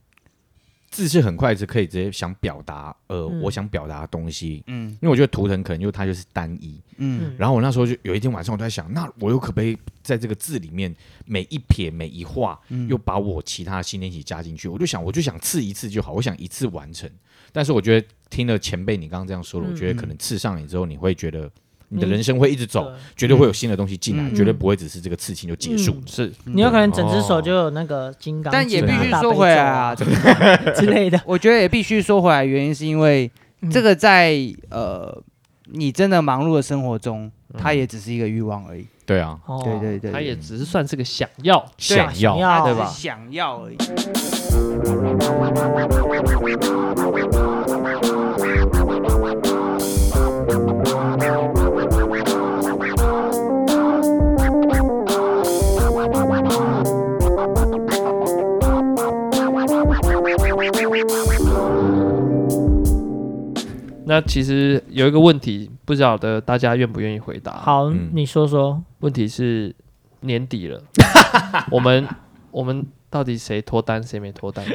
Speaker 1: 字是很快是可以直接想表达，呃，
Speaker 3: 嗯
Speaker 1: 我想表达的东西。
Speaker 4: 嗯
Speaker 1: 因为我觉得图腾可能就它就是单一，
Speaker 4: 嗯
Speaker 3: 嗯
Speaker 1: 然后我那时候就有一天晚上，我就在想，那我又可不可以在这个字里面每一撇每一画，
Speaker 4: 嗯
Speaker 1: 又把我其他的信念一起加进去？我就想，我就想刺一次就好，我想一次完成。但是我觉得听了前辈你刚刚这样说了，
Speaker 3: 嗯
Speaker 1: 我觉得可能刺上你之后，你会觉得你的
Speaker 3: 嗯
Speaker 1: 人生会一直走，
Speaker 3: 对
Speaker 1: 绝对会有新的东西进来，
Speaker 4: 嗯
Speaker 1: 绝对不会只是这个刺青就结束。哦
Speaker 3: 嗯
Speaker 2: 是
Speaker 4: 嗯
Speaker 3: 你有可能整只手就有那个金刚，
Speaker 4: 但也
Speaker 1: 对
Speaker 4: 必
Speaker 1: 啊
Speaker 4: 须
Speaker 3: 大悲
Speaker 4: 说回
Speaker 3: 咒
Speaker 4: 来
Speaker 3: 啊
Speaker 4: 啊，
Speaker 3: 之类的。
Speaker 4: 我觉得也必须说回来，原因是因为
Speaker 3: 嗯
Speaker 4: 这个在呃你真的忙碌的生活中，它也只是一个欲望而已。
Speaker 1: 对啊，
Speaker 3: 嗯哦
Speaker 4: 对对对，
Speaker 2: 他
Speaker 4: 对
Speaker 2: 也只是算是个想要，
Speaker 3: 对啊
Speaker 1: 想
Speaker 3: 想
Speaker 1: 要
Speaker 4: 它只
Speaker 3: 要
Speaker 2: 对
Speaker 4: 是
Speaker 2: 吧
Speaker 4: 想要而已。
Speaker 2: 那其实有一个问题，不晓得大家愿不愿意回答。，
Speaker 3: 好，
Speaker 1: 嗯
Speaker 3: 你说说，
Speaker 2: 问题是年底了，我们我们到底谁脱单，谁没脱单？